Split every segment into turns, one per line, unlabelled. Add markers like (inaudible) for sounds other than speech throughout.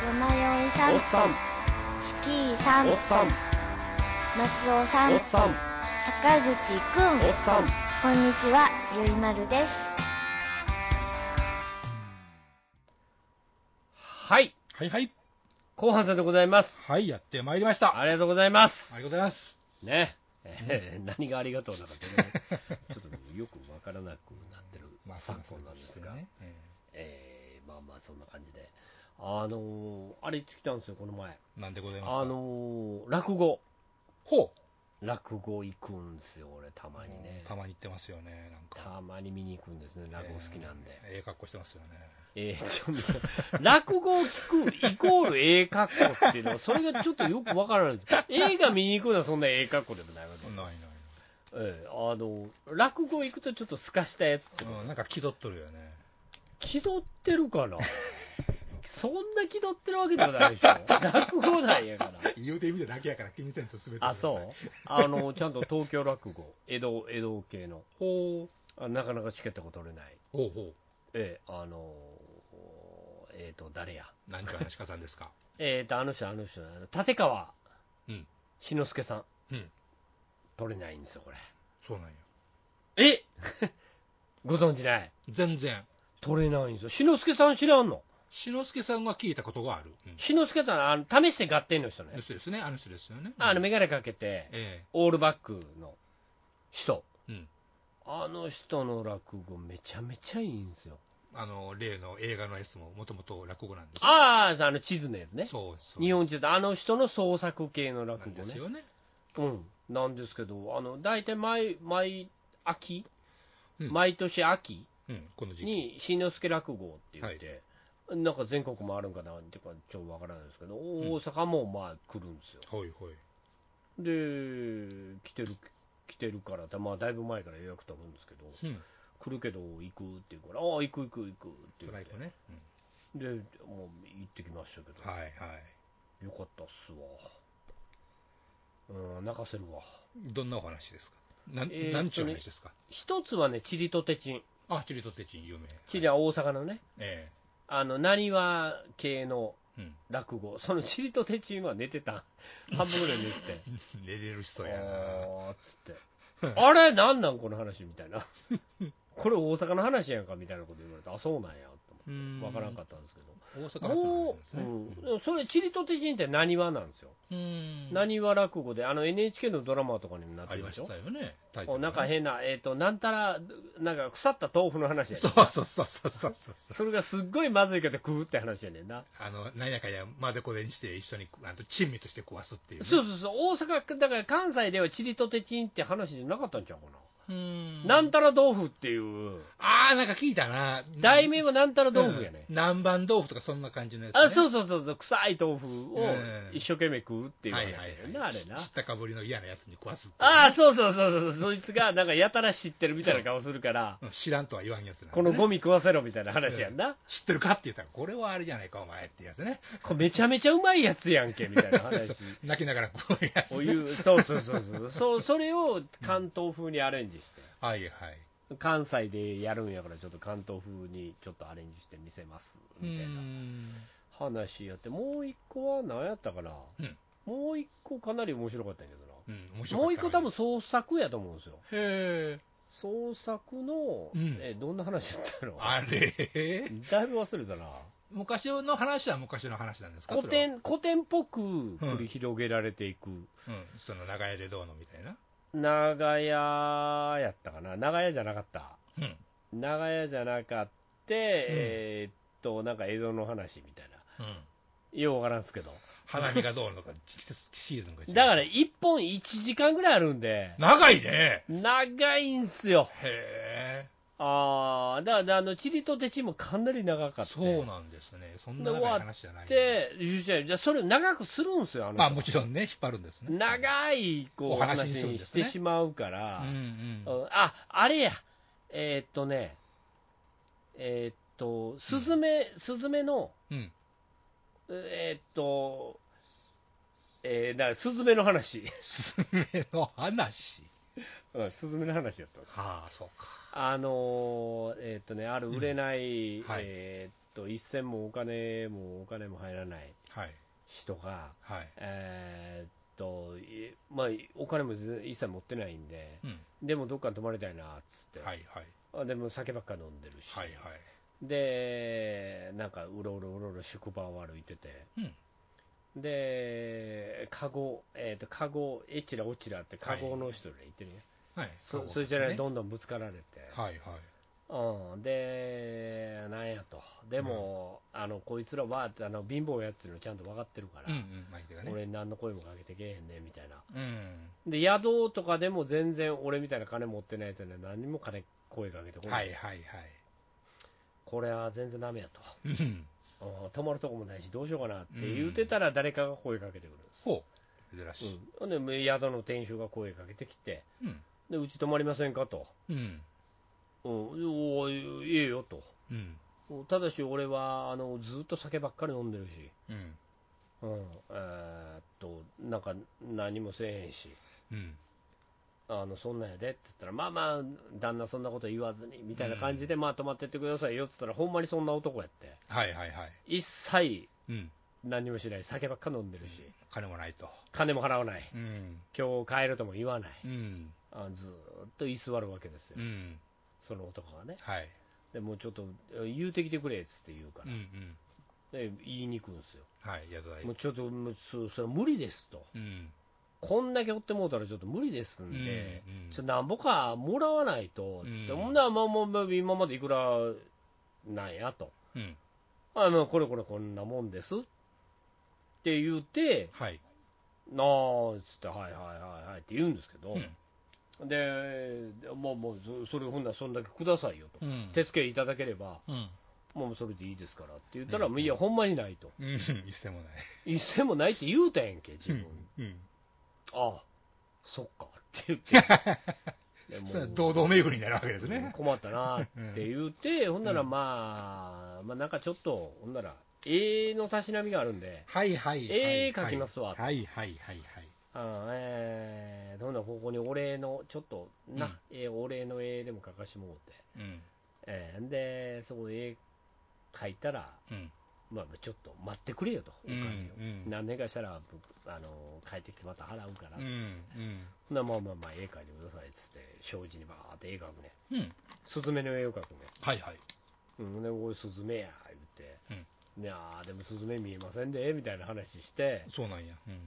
さん
おっさん
スキーさん
おっさん
松尾さ
お
ん
っさん
坂口くん
おっさん
こんにちはゆいまるです
はい
はいはい。
後半戦でございます
はい、やってまいりました。あ
ありがとうございます
りがとうございます。
ねえー何がありがとうなのか全然ちょっとねよくわからなくなってる昨今なんですが、。
そうえ
えーまあまあそんな感じであのーあれ行ってきたんですよこの前
えなんでございますか
あのー落語
ほ
落語行くんですよ俺たま
う
にね
たまに行ってますよね。なんか。
たまに見に行くんですね落語好きなんで、
ええ格好してますよね。
えーちょっと落語を聞くイコールええ格好っていうのは、それがちょっとよくわからないです映画見に行くのはそんなええ格好でもないわけ
ない
で、
ない
ええあの落語行くとちょっと透かしたやつって
ない。うん、なんか気取っとるよね。
気取ってるかなそんな気取ってるわけでもないでしょ落語なんやから
言うてみてだけやから気にせんと滑
あそうあのちゃんと東京落語江戸江戸系の
ほう。
あなかなかチケットが取れない
ほうほ
ええあのえっ、と誰や
う。何か話かさんで
(laughs)
すか。
えー、と、あの人、あの人、あの立川、
うん
志の輔さん、
うん
取れないんですよ、これ。
そうなんや。
え (laughs) ご存知ない
全然。
取れないんですよ。志の輔さん知らんの
志の輔さんは聞いたことがある。うん。
志の輔さん、あの試して合点の人ね。
そうですね。あの人ですよね。
あの、
うん
眼鏡かけて、
え
オールバックの人。
え。うん。
あの人の落語、めちゃめちゃいいんですよ。
あの、例の映画のやつももともと落語なんです。
ああ、あの、地図のやつね。
そうそう。
日本中で、あの人の創作系の
な
落
ん
語
で
ね
す。よね。
うん、なんですけど、あの大体毎毎秋、
うん
毎年秋
うん、この時期。
に新之助落語って言って、なんか全国もあるんかなっていうか、ちょっとわからないですけど、大阪もまあ来るんですよ。
ほいほい。
で、来てる来てるからって、まあ、だいぶ前から予約と思うんですけど、
うん。
来るけど行くっていうから、ああ、行く行く行くって
ト
言
ライ
って
コ、ね。うん
でもう行ってきましたけど、
はいはい。
よかったっすわ。うん、泣かせるわ。
どんなお話ですかなん、
えーっとね
なんちゅう話ですか
一つはね、チリとテチン。
あ、チリとテチン有名。
チリは大阪のね、
え
あの、なにわ系の
えうん。
落語、そのチリとテチンは寝て
(laughs)
た、半分ぐらい寝てて、
寝れる人
あ
やな。
ーっつって、あれ、なんなん、この話みた
(laughs)
いな、これ、大阪の話やんかみたいなこと言われて、あ、そうなんや
う
と思っ
ん
て、わからんかったんですけど、
大阪
も
発
う、
祥の
うん
話なんですね。
でもそれ、チリとテチンってなにわなんですよ、
うん。
なにわ落語で、あの NHK のドラマとかにもなっ
あ
て
り
る
ま
でし
し
ょ
た。よね。タイト
お
ルが
なんか変な、えっ、と、なんたら、なんか腐った豆腐の話やねん
そうそうそうそうそう (laughs) そう。
それがすっごいまずいけど食うって話やねんな。
あの、なんやかんや混ぜこぜにして一緒に、あと、珍味として壊すっていうね。
そうそうそう、大阪、だから関西ではチリとテチンって話じゃなかったんちゃうか
うん。
な、なんたら豆腐っていう、
あー、なんか聞いたな。
題名はなんたら豆腐やね、
うん南蛮豆腐とかそんな感じのやつ、ね。
あそううそうそうそう、臭い豆腐を
うん
一生懸命食うっていう
は
話
い
や
はい
ねんな、
はい。
あれな
知。ったかぶりの嫌なやつに壊すっていうね
ああ、そうそうそうそう、そいつがなんかやたら知ってるみたいな顔するから、
うん知らんとは言わんやつなんでね
このゴミ食わせろみたいな話やんな、
知ってるかって言ったら、これはあれじゃないか、お前ってやつね。
これめちゃめちゃうまいやつやんけみたいな話。
泣きながらこういうやつ、
お
ね。
湯そうそうそうそうそう、それを関東風にアレンジして、
はいはい。
関西でやるんやから、ちょっと関東風にちょっとアレンジして見せますみたいな話やって、もう一個は何やったかな、
うん
もう一個かなり面白かったんやけどな、
うん、面
もう一個多
分。
分創作やと思うんですよ。
へえ。
創作の、
うん
えどんな話やったの
あれ
だいぶ忘れたな
昔の話は昔の話なんですか
古。典古典っぽく繰り広げられていく、
それはうん、その長屋でどうのみたいな。
長屋やったかな長屋じゃなかった
うん。
長屋じゃなかった、えーっとなんか江戸の話みたいな
うん。
ようわからんすけど
花見がどうのとか、 (laughs) 季節、シーズンが違う
だから、1本1時間ぐらいあるんで、
長いね。
長いんすよ。
へ
ああ、だから、あの、チリとテチもかなり長か
え。
った。
そうなんですね。そんな長い話じゃない。
で、じゃあそれを長くするんすよ、あの人
まあもちろんね、引っ張るんですね。
長い、こう、
お話にす
話
るん
に
で
し
すね
てしまうか
う
ら、
んう。
うんんあ、あれや。えーっとね、えーっと、スズメ、スズメの、
うん。
えーっと、えー、だから、スズメの話。 (laughs)
スズメの話。
うんスズメの話やったんです
はあ、そうか。
あのーえーっとね、ある売れない、
うんはい
えーっと、一銭もお金もお金も入らない
はい。
人が、
はい。
えーっと、いまあ、お金も全一切持ってないんで、
うん。
でもどっかに泊まりたいなっつって、
はいはい。
あでも酒ばっか飲んでるし、
はいはい。
で、なんかうろうろうろうろ宿場を歩いてて、
うん。
で、カゴ、えーっと、カゴ、えちらおちらって、カゴの人がいてね、
はい。
そそれじゃない、
ね。
どんどんぶつかられて。
はいはい。
うん、で、なんやと、でも、あのこいつらはあの貧乏やっていうのちゃんと分かってるから、
うんうん。相手がね。
俺、何の声もかけてけえへんねみたいな、
うん。
で宿とかでも全然俺みたいな金持ってないやつには何にも金声かけてこな、
はいいはいはい。
これは全然ダメや
うん。
と、うん、泊まるとこもないし、どうしようかなって言うてたら、誰かが声かけてくるんです。
ほう。珍し
う
い。
んほんでもう宿の店主が声かけてきて、
うん。
でうち泊まりませんかと、
うん。
うん、おお、いいよと、
うん。
ただし俺はあのずっと酒ばっかり飲んでるし、
うん。
うん、えーっと、なんか何もせえへんし、
うん。
あのそんなんやでって言ったら、まあまあ、旦那、そんなこと言わずにみたいな感じで、まあ、泊まってってくださいよって言ったら、ほんまにそんな男やって、
はいはいはい。
一切
うん。
何もしない、酒ばっか飲んでるし、
金もないと。
金も払わない、
うん。
今日帰るとも言わない、
うん。
あずーっと居座るわけですよ、
うん。
その男がね。
はい。
でもうちょっと言うてきてくれっつって言うか
うん
ら
う、ん。
で言いに行くんですよ、
はい。宿代
もう。ちょっと、もうそそれ無理ですと。
うん。
こんだけ追ってもうたらちょっと無理ですんで、
うんうん
ちょっとなんぼかもらわないと、つって、
うん
ほんならもうもうもう今までいくらなんやと、
うん。
あのこれこれこんなもんですって言って、
はい。
なあつって、はいはいはいはいって言うんですけど、
うん
で、もう、もうそそれ、ほんならそんだけくださいよと、
うん
手付けいただければ、
うん。
もうそれでいいですからって言ったら、
うん
もういや、ほんまにないと、
うん。一銭もない。
一銭もないって言うたやんけ、自
う
分、
ん。うん。
ああ、そっかって
(laughs)
言って。でもう
それは堂々巡りになるわけです
うん
ね。
困ったなって言うて、ほんならまあ、まあなんかちょっと、ほんなら、絵のたしなみがあるんで、
はいはいはい。
絵描きますわ
はいはいはいはい。
あえー、ほんならここにお礼の、ちょっとな、
うん
えーお礼の絵でも描かしてもろて、
うん。
えーんで、そこ絵描いたら、
うん。
まあ、ちょっと待ってくれよと、お金を。
うんうん
何年かしたら、ぶあの帰ってきてまた払うから、
うん。うん。
ほんならまあまあまあ、絵描いてくださいっつって、障子にバーって絵描くね。
うん。
スズメの絵を描くね。
はいはい。
うん、で、おい、スズメや、言って、
うん
いやーでもスズメ見えませんで、みたいな話して、
そうなんや。うん。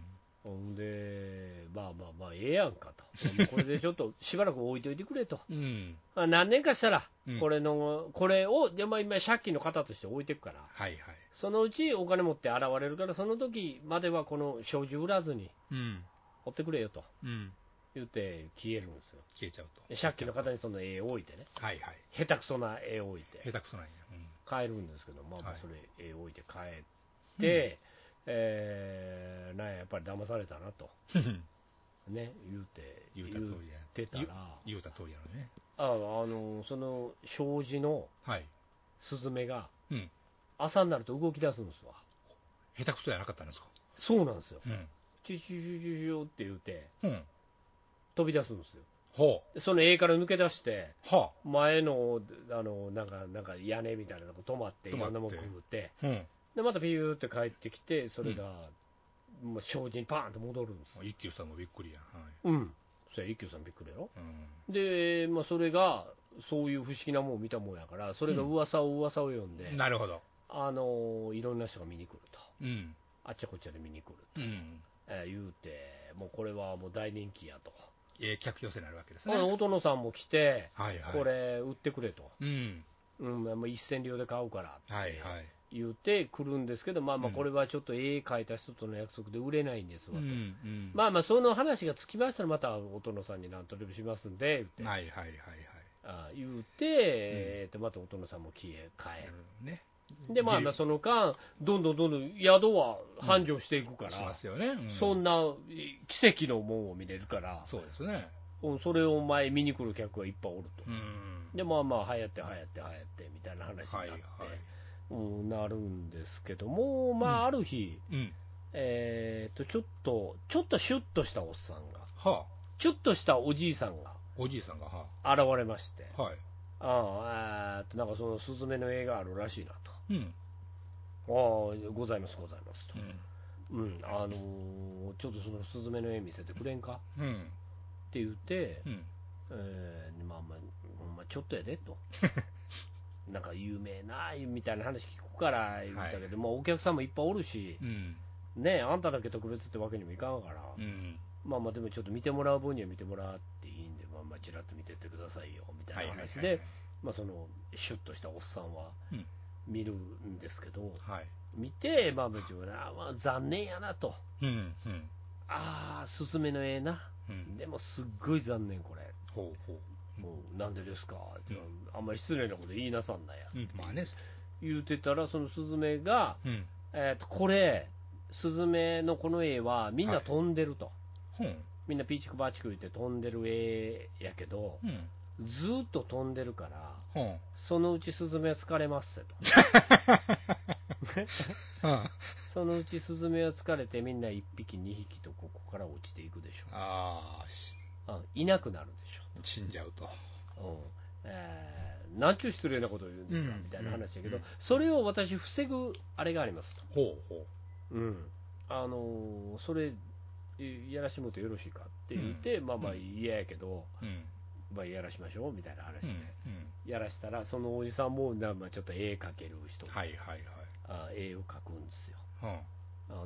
ほんで、まあまあまあ、ええやんかと、もうこれでちょっ
(laughs)
としばらく置いといてくれと、
うん。
あ何年かしたら
うん、
これの、これを、でまあ、今、借金の型として置いていくから、
はいはい。
そのうちお金持って現れるから、その時まではこの障子売らずに、
うん。
追ってくれよと
うん。
言って、消えるんですよ。
消えちゃうと。
で借金の型にその絵を置いてね、
はいはい。
下手くそな絵を置いて
下。手くそなんや。
変えるんですけど、まあ、まあ
はい
それ、えー置いて変えて、えーなんや、やっぱり騙されたなと、
うん。
ね、言うて、
言うた通りや。
言ってたら、あ
言うた通りやのね。
あのその障子の
はい。
スズメが、
うん。
朝になると動き出すんですわ、
下手くそやなかったんですか。
そうなんですよ、
うん。
チュチュチュチュチュって言うて、
うん。
飛び出すんですよ、
ほ
でその絵から抜け出して、
う。は
前のあのなんかなんか屋根みたいなとこ止まって、い
止ま
ろ
って
んなもんくぐって、
あ。うん。
でまたピューって帰ってきて、それが、もう障子にパーンと戻るんですよ
一休さんもびっくりや。はい。
うん。そや、一休さんびっくりやろ。
うん。
で、まあ、それが、そういう不思議なもんを見たもんやから、それが噂を噂を呼んで、
なるほど。
あのーいろんな人が見に来ると。
うん。
あっちゃこっちゃで見に来ると。
うん。
えー言うて、もうこれはもう大人気やと。
えー、客寄せになるわけです
ま
ね。
あ、音野さんも来て、
はいはい。
こ。れ売ってくれと。
うん。
うん、もう一千両で買うからって
はいはい。
言うて来るんですけど、まあまあ
うん
これはちょっと絵描いた人との約束で売れないんですわと。
ん
まあまあその話がつきましたらまた音野さんに何とでもしますんで、言って。
はいはいはいはい。
あ言うて、えーとまた音野さんも消え、
な
変
るほどね。
え、で、まあ、まあその間、どんどんどんどん宿は繁盛していくから、
しますよね。う
そんなえ奇跡のもんを見れるから、
そうですね。
うんそれを前、見に来る客がいっぱいおると。
うん
で、まあまあ、流行って、流行って、流行ってみたいな話になっ
はい
て、
はい。
うん、なるんですけども、まあ、ある日、
うん。
えーとちょっと、ちょっとシュッとしたおっさんが、
はあ。
ちょっとしたおじいさんが
おじいさんがは
現れまして、
あ。はい。
ああ、えーとなんかそのスズメの絵があるらしいなと。
うん。
ああ、ございます、ございますと。
うん。
うん、あのーちょっとそのスズメの絵見せてくれんか
うん。
って言って、
うん。
えーまあまあ、ほんまちょっとやで (laughs) と。なんか有名なみたいな話聞くから言ったけど、まあ、お客さんもいっぱいおるし、
うん。
ね、あんただけ特別ってわけにもいかんから、
うん。
まあまあ、でもちょっと見てもらう分には見てもらっていいんで、まあまあ、ちらっと見てってくださいよみたいな話で、まあそのシュッとしたおっさんは
うん
見るんですけど、
はい。
見て、まあ、まあ自分はあまあ残念やなと、
うん。うん。
ああ、すすめのええな、
うん。
でもすっごい残念、これ、
ほうほ
もうなんでですかって
うん、
あんまり失礼なこと言いなさんなや、
う。うん。まあね。
言うてたら、そのスズメが、
うん。
えー、とこれ、スズメのこの絵はみんな
はい
飛んでると、
ほう。
みんなピーチクバーチク言って飛んでる絵やけど、
うん。
ずーっと飛んでるから、
ほ
そのうちスズメは疲れますせと、
う。うん。
そのうちスズメは疲れて、みんな1匹、2匹とここから落ちていくでしょ
ああ、し
う、あいなくなるでしょう。
死んじゃうと。
うんえーなんちゅう失礼なことを言うんですか、
うん
みたいな話だけど、
うん
それを私、防ぐあれがありますと、
ほうほ
うんあのーそれ、えやらしてもらってよろしいかって言って、まあまあ
うん
嫌やけど、
う。うん。
まあ、やらしましょうみたいな話
う
で、
ん。うん。
やらしたら、そのおじさんもな、まあ、ちょっと絵描ける人、
はいはい
あ絵を描くんですよ。
はい。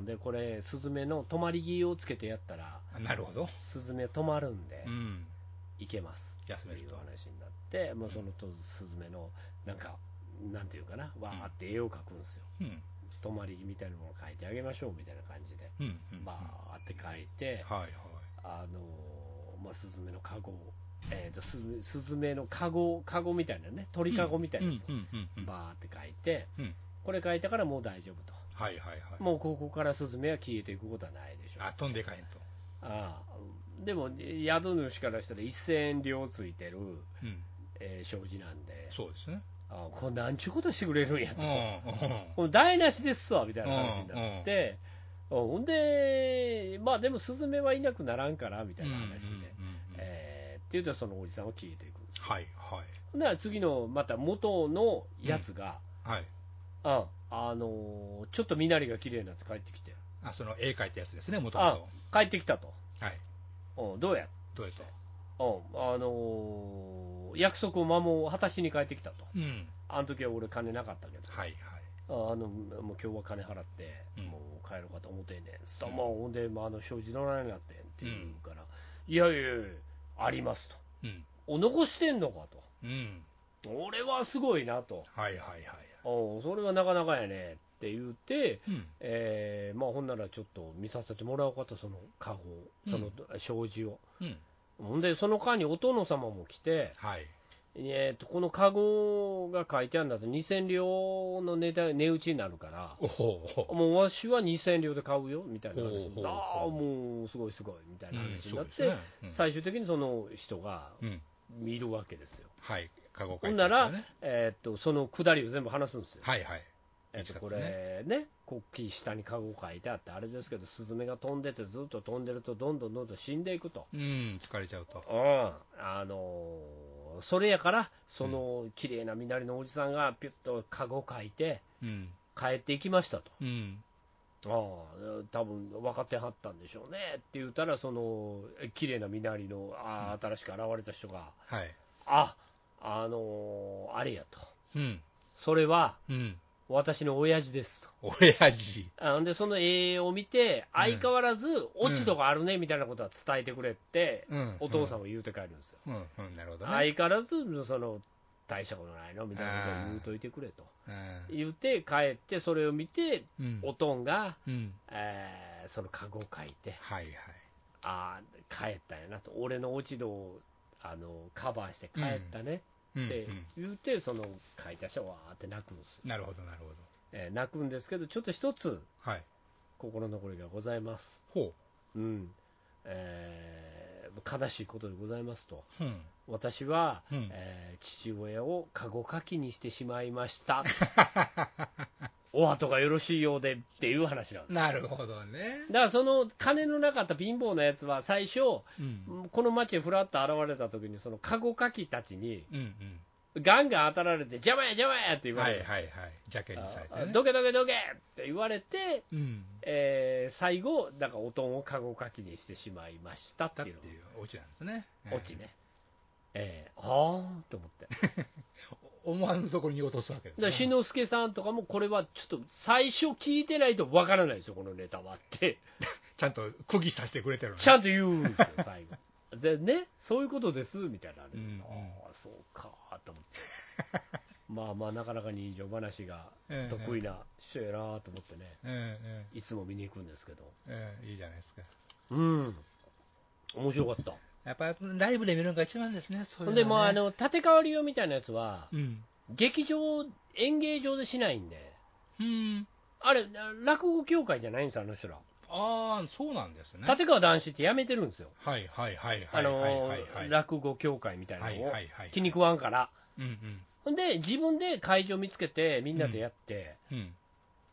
あで、これ、スズメの止まり木をつけてやったら、
うん。なるほど。
スズメ止まるんで
う、ん。
行けます
休めると
っていう話になって、まあ、そのとスズメのなんか、なんていうかな、わーって絵を描くんですよ、
うん。
泊まり木みたいなものを描いてあげましょうみたいな感じで、
うん。
バーって描いて、
はいはい。
あのーまあ、スズメのカゴを、えー、とスズスズメのカゴカゴみたいなね、鳥かごみたいなやつ
う
を
ん。うん。うん。
バーって描いて、
うん
これ描いたからもう大丈夫と。
はいはいはい。
もうここからスズメは消えていくことはないでしょう
あ、飛んでいかへんと。
ああでも宿主からしたら1000円両ついてる、
うん。
えー、障子なんで、
そうですね。
あこれなんちゅうことしてくれるんやと、
う
この台無しですわみたいな話になって、うんほんで、まあでもスズメはいなくならんからみたい
ん。
な話で、えーって言うと、そのおじさんは消えていくんですよ。
はいはい。
ほんなら次のまた元のやつが、
はい。
ああのーちょっと身なりが綺麗になって帰ってきて、
あ、その絵描いたやつですね、もともと。
あ帰ってきたと、
はい。
うん、どうや
どうやと。
うん、あのー約束を守を果たしに帰ってきたと、
うん。
あの時は俺、金なかったけど、
はいはい。
ああのもう今日は金払って、
うん
もう帰ろうかと思ってんねん、すと
うん
もうほんで、まあ、あの障子乗らないなってんって言うから、いやいやいや、ありますと、
うん。
お残してんのか
うん。
と、俺はすごいなと、
はいはいはい。
おそれはなかなかやねって言って、
うん。
えーまあ、ほんならちょっと見させてもらおうかと、そのカゴを、その障子を。
うん。
ほんでその間にお殿様も来て、
はい。
えー、とこのカゴが書いてあるんだと、2000両の値段値打ちになるから、
おほ
もうわしは2000両で買うよみたいな話
ほうほうほう
ああ、もうすごいすごいみたいな話になって、最
最
終的にその人が
うん。
見るわけですよ。
はい。カゴ
ほんなら、えー、とそのくだりを全部話すんですよ。
はいはい。
えー、とこ
いきさつね
れね、国旗下にカゴ書いてあって、あれですけど、スズメが飛んでて、ずっと飛んでると、どんどんどんどん死んでいくと。
うん。疲れちゃうと。
うん、あのーそれやから、その綺麗な身なりのおじさんがぴゅっとカゴ書いて、
うん。
帰っていきましたと、
うん。
ああ多分分かってはったんでしょうねって言ったら、そのえ綺麗な身なりのあー新しく現れた人が、
はい。
ああのーあれやと、
うん。
それは
うん。
私の親父ですと。
親父。
あんでその絵を見て、
うん
相変わらず落ち度があるねみたいなことは伝えてくれって、
うん。
お父さん
ん。
は言うて帰るんですよ。
うん。うん。なるほどね。
相変わらずその大したことないのみたいなことを言うといてくれと言って帰ってそれを見て
うん。
おとんが、
うん。
えーそのカゴを書いて
はいはい。
ああ帰ったんやなと俺の落ち度をあのカバーして帰ったね
うん。
って言って、その書いた人はわーって泣くんですよ、
なるほどなるほど。
えー泣くんですけどちょっと一つ
はい。
心残りがございます
ほ
うんえー悲しいことでございますと
う。うん。
私は、
うん
えー父親を籠書きにしてしまいま
(laughs)
した。お後がよろしいようでっていう話なんです。
なるほどね。
だからその金のなかった貧乏なやつは最初、
うん。
この町へふらっと現れた時にその籠書きたちに
うんうん。
ガンガン当たられて、邪魔や邪魔やって言わ
は
れ
い
て、
はいはい。邪険にされ
あ
てね。
どけどけどけって言われて、
うん。
えー最後、なんかおとんをカゴかきにしてしまいましたって
だっ
い
ていう
の
うオチなんですね。
がオチね。えー、はあと思って。
お。思わぬところに落とすわけで
だから
すね。
志の輔さんとかも、これはちょっと最初聞いてないとわからないですよ、このネタはって、
ちゃんと釘させてくれてるのね
ちゃんと言うんですよ、最後。でね、そういうことですみたいなのある、
うんうん
ああ、そうかと思って、 (laughs) まあまあ、なかなか人情話が
ええ
得意な人やなと思ってね、
ええ
いつも見に行くんですけど、
ええええいいじゃないですか。
うん、面白かった。
やっぱライブで見るのが一番ですね、そ
ほ
うい
ん
う
で、
はね
もうあ、の建て替わり用みたいなやつは、
うん。
劇場、演芸場でしないんで、
うん。
あれ、落語協会じゃないんですよ、あの人ら。
ああ、そうなんですね。
立川談志ってやめてるんですよ、
はいはいはいは
あ
いはい
の
はいはい。
落語協会みたいなのを
はいはいはい
気に食わんから、
うんうん。
ほんで自分で会場見つけて、みんなでやって、
うん。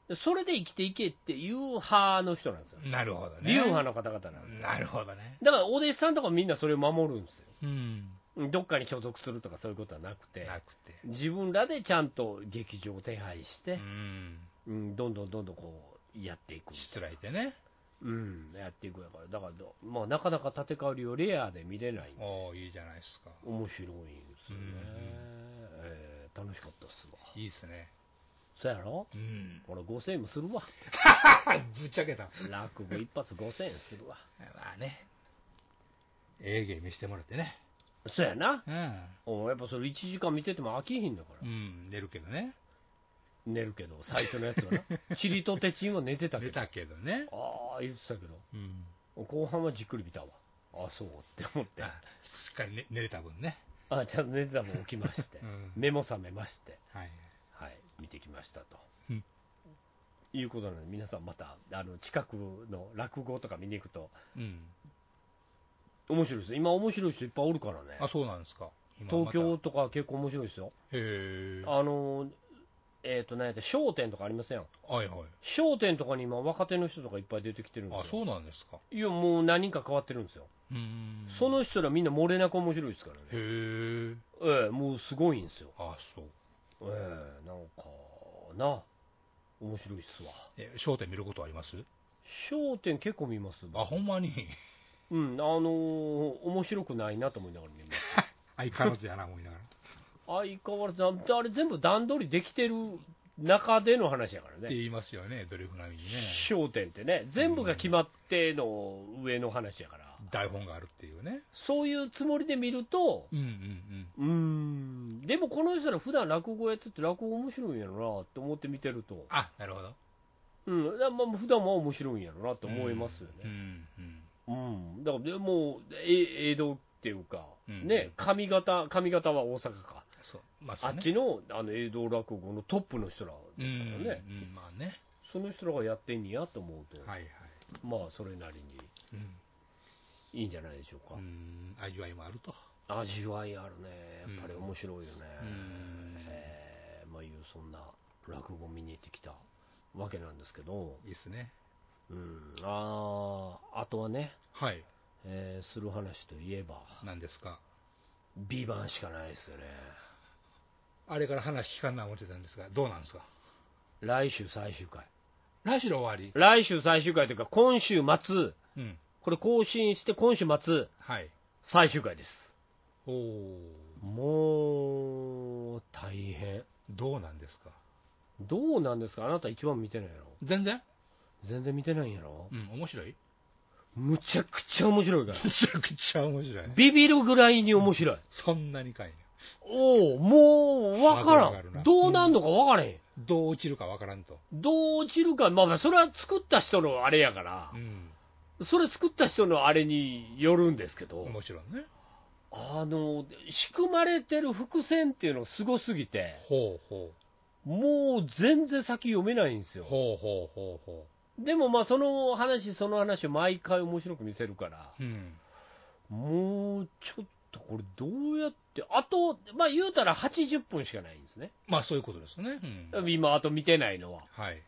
でそれで生きていけっていう派の人なんですよ、
なるほどね。
流派の方々なんですよ、
なるほどね。
だからお弟子さんとかもみんなそれを守るんです
うん。
よ、どっかに所属するとかそういうことはなくて。
なくて。
自分らでちゃんと劇場を手配し
う
て、
ん。
うん、どんどんどんどんこうやっていくみたいな
失礼でね。
うん、やっていくやから、だからど、まあ、なかなか立て替わりをレアで見れないんで、
おおいいじゃないですか。
面白いんですよね
うんうん、
えー楽しかったっすわ、
いいですね。
そやろ、
うん。
俺5000円もするわ、
(laughs) ぶっちゃけた。
落語一発5000円するわ、
まあね。ええ芸見してもらってね。
そやな、
うん。
おやっぱそれ1時間見てても飽きひんだか
う
ら、
ん、寝るけどね。
寝るけど、最初のやつは
(laughs)
な、チリとテチンは寝てたけ
寝
ど、あ
たけどね。
あー、言ってたけど、
うん。
後半はじっくり見たわ、あそうって思って、
あ、しっかり寝寝れた分ね。
あちゃんと寝てたもん起きまして
う、ん。
目も覚めまして。
はい。
はい、見てきましたと
うん。
いうことなので、皆さんまたあの近くの落語とか見に行くと、
うん。
面白いです、今、面白い人いっぱいおるから
あ、
ね、
そうなんですか。今
東京
ま
とか結構面白いですよ、
た。へえ。
あのえっ、と、なんやった商店とかありません、
はいはい。
商店とかに今、若手の人とかいっぱい出てきてるん
あ
で、すよ、
そうなんですか。
いや、もう何人か変わってるんですよ、
うん。
その人らみんな漏れなく面白いですからね、え
へえ。
えもうすごいんですよ、
あ、そう。
ええなんかな、面白いっすわ、
え、焦点見ることあります
商店結構見ます、
あ、ほんまに。
うん、あのー面白くないなと思いながら見ます。
(laughs) 相変わらずやな、思いな (laughs) がら。
相変わらず、ああれ全部段取りできてる中での話やから
って
ね。
言いますよね、ドリフ並みにね。
焦点ってね、全部が決まっての上の話やから、
台本があるっていうね。
そういうつもりで見ると、
うんうんう
う
ん。
ーん、でもこの人ら普段落語やってて落語面白いんやろなって思って見てると、
あ、なるほど。
うん、だからまあ普段は面白いんやろなって思いますよ
う
ね。
んうん。
うん、だからでもう、え江戸っていうか、
うん
ね、髪型、髪型は大阪か。
そう。まあ、そ
あ
う
っ
ね。
ちのあの映像落語のトップの人らですからね、
うんうん、まあね。
その人らがやってんねやと思うと、
はいはい。
まあそれなり
うん。
にいいんじゃないでしょうか、
うん、味わいもあると。
味わいあるね、やっぱり面白いよね、
うん
えーまあいうそんな落語見に行ってきたわけなんですけど、
いいっすね。
うん、あーあとはね、
はい。
えーする話といえば、
何ですか。
美版しかないですよね、
あれから話聞かんな思ってたんですが、どうなんですか。
来週最終回、
来週の終わ
来週最終回というか、今週末、
り。うん。
これ更新して、今週末、
はい。
最終回です。
おお。
もう、大変。
どうなんですか。
どうなんですかあなた一番見てないやろ
全然
全然見てないんやろ
うん、面白い。 (laughs) め
むちゃくちゃ面白いから。
ちゃくちゃ面白い。
ビビるぐらいに面白い。
そんなにかいね。
おお、もう、わから
ハードル上がる
ん。
な
どうなんのかわからへん。
どう落ちるかわからんと。
どう落ちるか、まあまあ、それは作った人のあれやから
う、ん。
それ作った人のあれによるんですけど、
もちろんね。
あの、仕組まれてる伏線っていうのすごすぎて、
ほうほ
もう全然先読めないんです
う。
よ。
ほうほうほうほ
でもまあその話その話を毎回面白く見せるから、
う。うん。
もうちょっとこれどうやって、あと、まあ言うたら80分しかないんですね。
まあそういうことですね。うん。
今あと見てないのは。
はい。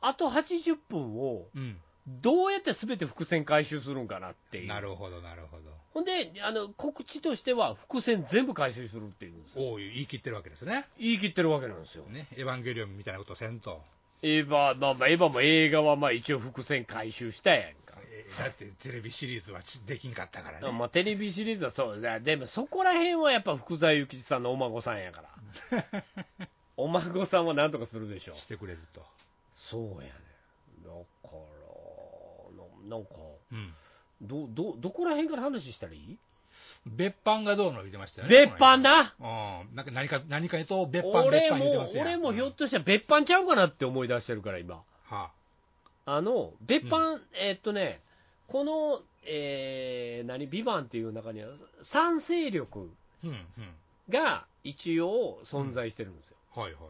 あと80分を
うん。
どうやってすべて伏線回収するんかなっていう。
なるほど、なるほど。
ほんで、あの、告知としては、伏線全部回収するっていうんですよ。
おお、言い切ってるわけですね。
言い切ってるわけなんですよ。
ね、エヴァンゲリオンみたいなことせんと。
エヴァ、まあまあ、エヴァも映画はまあ一応伏線回収したやんか。
えだってテレビシリーズはちできんかったからね。
まあ、テレビシリーズはそうだ、でもそこら辺はやっぱ福沢諭吉さんのお孫さんやから、
(laughs)
お孫さんはなんとかするでしょ、
してくれると。
そうやね、だから、ななんか
うん。
どど、どこら辺から話したらいい
別版がどうの言ってましたよね。
別版だ
この間うん。なんか何か、何かと別版、
俺
別版言って
も
ま、すよ。
俺もひょ
うん
っとしたら別版ちゃうかなって思い出してるから、今。
は
あの、別版、えっとね、この、えー、何、ビバンっていう中には、賛成力
あ、うん、うん。
が一応存在してるんですよ。
はいはい。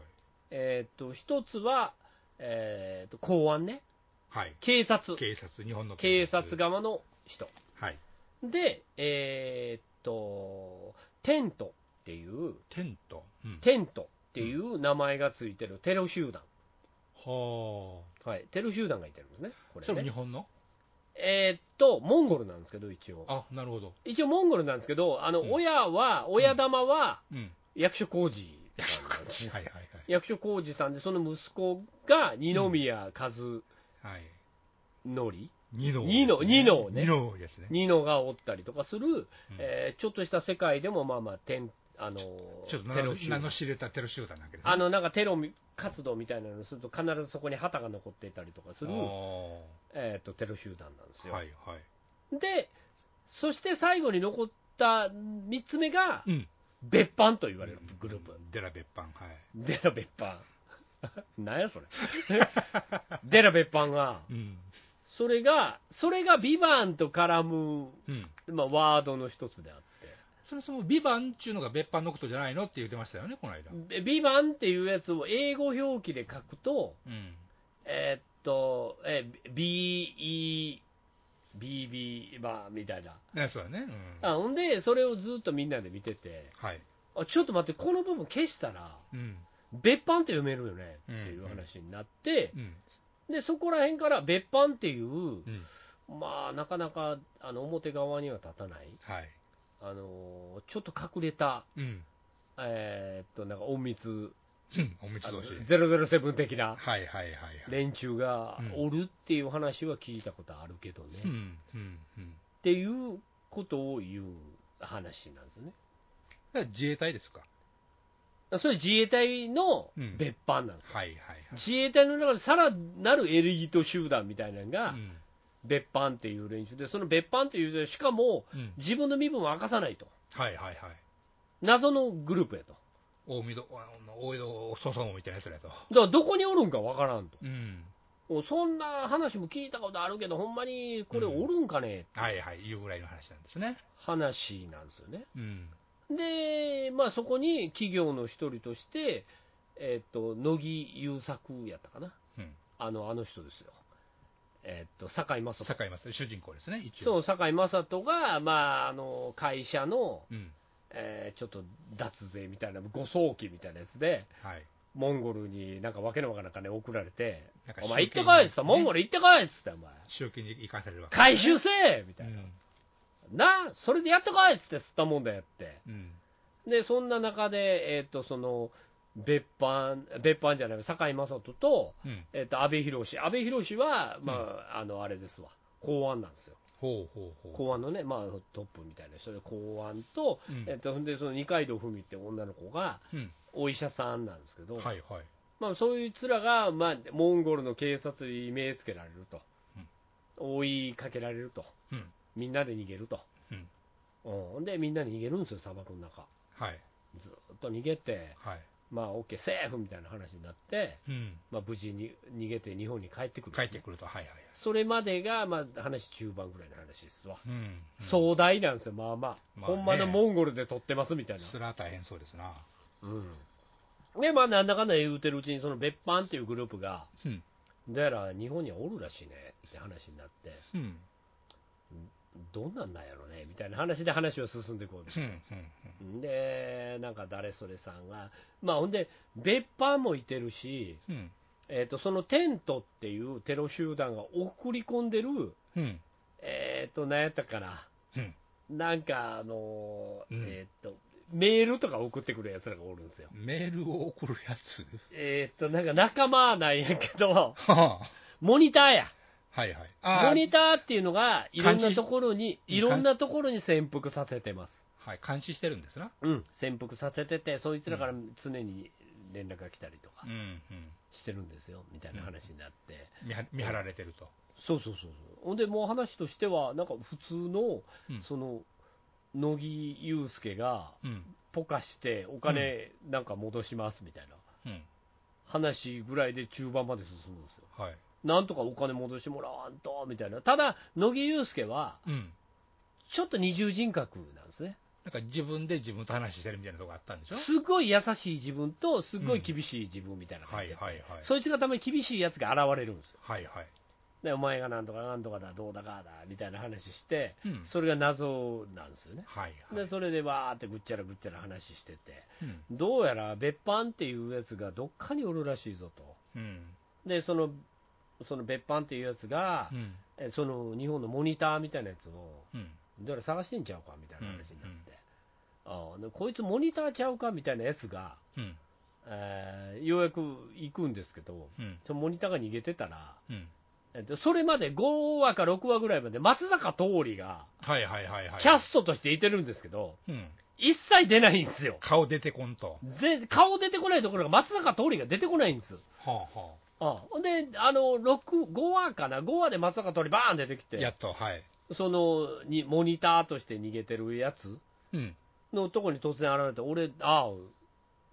えーっと、一つは、えーっと、公安ね。
はい。
警察。
警察、日本の
警察。側の人。
はい。
で、えーっと、テントっていう、
テント。うん。
テントっていう名前がついてるテロ集団。
は
はい。テロ集団がいてるんですね。こ
あ。そ
れ
れも日
ね。
本の
えーっと、モンゴルなんですけど、一応。
あ、なるほど。
一応モンゴルなんですけど、あの、
うん
親は、親玉は (laughs)
うん。
役所工事。
(laughs) はいはいはい。
役所工事さんで、その息子が二宮和則、
はい。
二
二の。
二の二のね
二のですね。
野がおったりとかする、
うん
えーちょっとした世界でもまあまあてんあの
ちょっと
テ
名の
ロ集
名の知れたテロ集団なわけですね。
あのなんかテロみ活動みたいなのをすると必ずそこに旗が残っていたりとかする、
あ
えー、とテロ集団なんです
ー
よ、
はいはい。
でそして最後に残った3つ目が
うん。
別班と言われるグループ、
デラ別班、はい。
デラ別班 (laughs) なんやそれ (laughs) デラ別班が
うん。
それがそれが「ビバンと絡む、
うん。
まあ、ワードの一つであって
そもそも、ビバンっていうのが別班のことじゃないのって言ってましたよね、この間。
ビビバンっていうやつを英語表記で書くと、
うん。
えーっと、えー、B、E、B、B、バーみたいな。
ね、そうだね。うん。
あほんで、それをずっとみんなで見てて、
はい。
あちょっと待って、この部分消したら、
うん。
別版って読めるよねっていう話になって、
うん。
で、そこら辺から別版っていう、
うん。
まあ、なかなかあの表側には立たない、
はい。
あのーちょっと隠れた、
うん。
えーっと、なんか隠密、
うんおみ
あ
つ
の
同士。
007的な。
はいはいはいはい。
連中がおるっていう話は聞いたことあるけどね、
う
っ
ん。うん。うん。
ていうことを言う話なんですね。
だから自衛隊ですか。
それ自衛隊の別班なんですよ。
はいはいはい。
自衛隊の中でさらなるエリート集団みたいなの
う
が
ん。
別班っていう連中で、その別班っていう、しかも
うん。
自分の身分を明かさないと、
はいはいはい。
謎のグループやと、
大江戸、あの大江戸粗相みたいなやつらやと。
だからどこにおるんかわからんと、
うん。
もうそんな話も聞いたことあるけど、ほんまにこれおるんかね、
はいはい。いうぐらいの話なんですね。
話なんですよね。
うん。
で、まあ、そこに企業の一人として、えっと乃木優作やったかな、
うん。
あのあの人ですよ、えっと堺雅人、
坂井正主人公ですね、一
そ
応。
う堺雅人が、まあ、あの会社の、
う。ん。
えーちょっと脱税みたいな、誤送金みたいなやつで、
はい。
モンゴルになんかわけのわからん金送られて
なん、か
お前行ってこいっつって、
ね
モンゴル行ってこいっつって、お前、
集金に行かされるわけ。
回収せえみた
う
いな、
ん。
なあ、それでやってこいっつって、吸ったもんだやって。
うん。
でそんな中で、えっとその別班、別班じゃない、堺雅人と,、
うん。
えっと阿部寛、阿部寛は、まああのあれですわ、公安なんですよ、
ほうほうほ
公安のね、まあ、トップみたいな人で、公安と、
う。うん。
えっとほんでその二階堂ふみって女の子が
うん。
お医者さんなんですけど、
はいはい。
まあ、そういうつらが、まあ、モンゴルの警察に目つけられると、追いかけられると、
うん。
みんなで逃げると、
うん
うん、でみんなで逃げるんですよ、砂漠の中。
はい。
ずっと逃げて、
はい。
まあ、OK、セーフみたいな話になって、
うん。
まあ、無事に逃げて日本に帰ってくる、
帰ってくると、はいはいはい。
それまでが、まあ、話中盤ぐらいの話ですわ、
うん。
壮大なんですよ、まあまあ、
まあ
ほ
ね
んまのモンゴルで撮ってますみたい
うん。
な。
それは大変そうですな。
うん、で、まあ、なんだかんだ言うてるうちに、その別班っていうグループが、
うん。
どうやら日本にはおるらしいねって話になって、
うん。
どんなんなんやろねみたいな話で話を進んでいこうんです
う
よ
ん。うん。
で、なんか誰それさんが、まあ、ほんで、別班もいてるし、
うん。
えっとそのテントっていうテロ集団が送り込んでる、
うん。
えっとなんやったかな、
うん
なんか、あのー
うん
えっとメールとか送ってくるやつらがおるんですよ。
メールを送るやつ
えっとなんか仲間なんやけど、
はあ
モニターや、
はいはい。
モニ
ー
ターっていうのが、いろんなところに、
監視
いろんなところに潜伏させてます。
はい、監視してるんですな。
うん、潜伏させてて、そいつらから常に連絡が来たりとか
うん、
してるんですよ、みたいな話になって、
うん。見は見張られてると。
そうそうそうそう、ほんで、もう話としては、なんか普通の、
うん
その乃木祐介が、
うん。
ポカして、お金なんか戻しますみたいな
うん。
話ぐらいで中盤まで進むんですよ、
はい。
なんとかお金戻してもらわんとみたいな、ただ、乃木祐介は、
うん。
ちょっと二重人格なんですね。
なんか自分で自分と話してるみたいなとこあったんでしょ
すごい優しい自分と、すごい厳しい自分みたいな感
は
じ
い
で、
はいはい。
そいつがたまに厳しいやつが現れるんですよ、
はいはい。
でお前がなんとかなんとかだ、どうだかだみたいな話して、
うん
それが謎なんですよね、
はいは
で
い。
それでわーってぐっちゃらぐっちゃら話してて、
うん。
どうやら別班っていうやつがどっかにおるらしいぞと、
うん。
でそのその別班っていうやつが、
うん。
えその日本のモニターみたいなやつを、
うん。
どうやら探してんちゃうかみたいな話になって、あーでこいつモニターちゃうかみたいなやつが。
うん。
えーようやく行くんですけど、
うん。
そのモニターが逃げてたら、
うん。
えっと、それまで5話か6話ぐらいまで松坂桃李が
はいはいはいはい。
キャストとしていてるんですけど、
うん。
一切出ないんですよ
顔出てこんと。
ぜ顔出てこないところが松坂桃李が出てこないんです
はあは
あほんであの6 5話かな5話で松坂桃李バーン出てき
あ。
て
やっと、はい。
そのにモニターとして逃げてるやつ
うん。
のとこに突然現れて俺ああ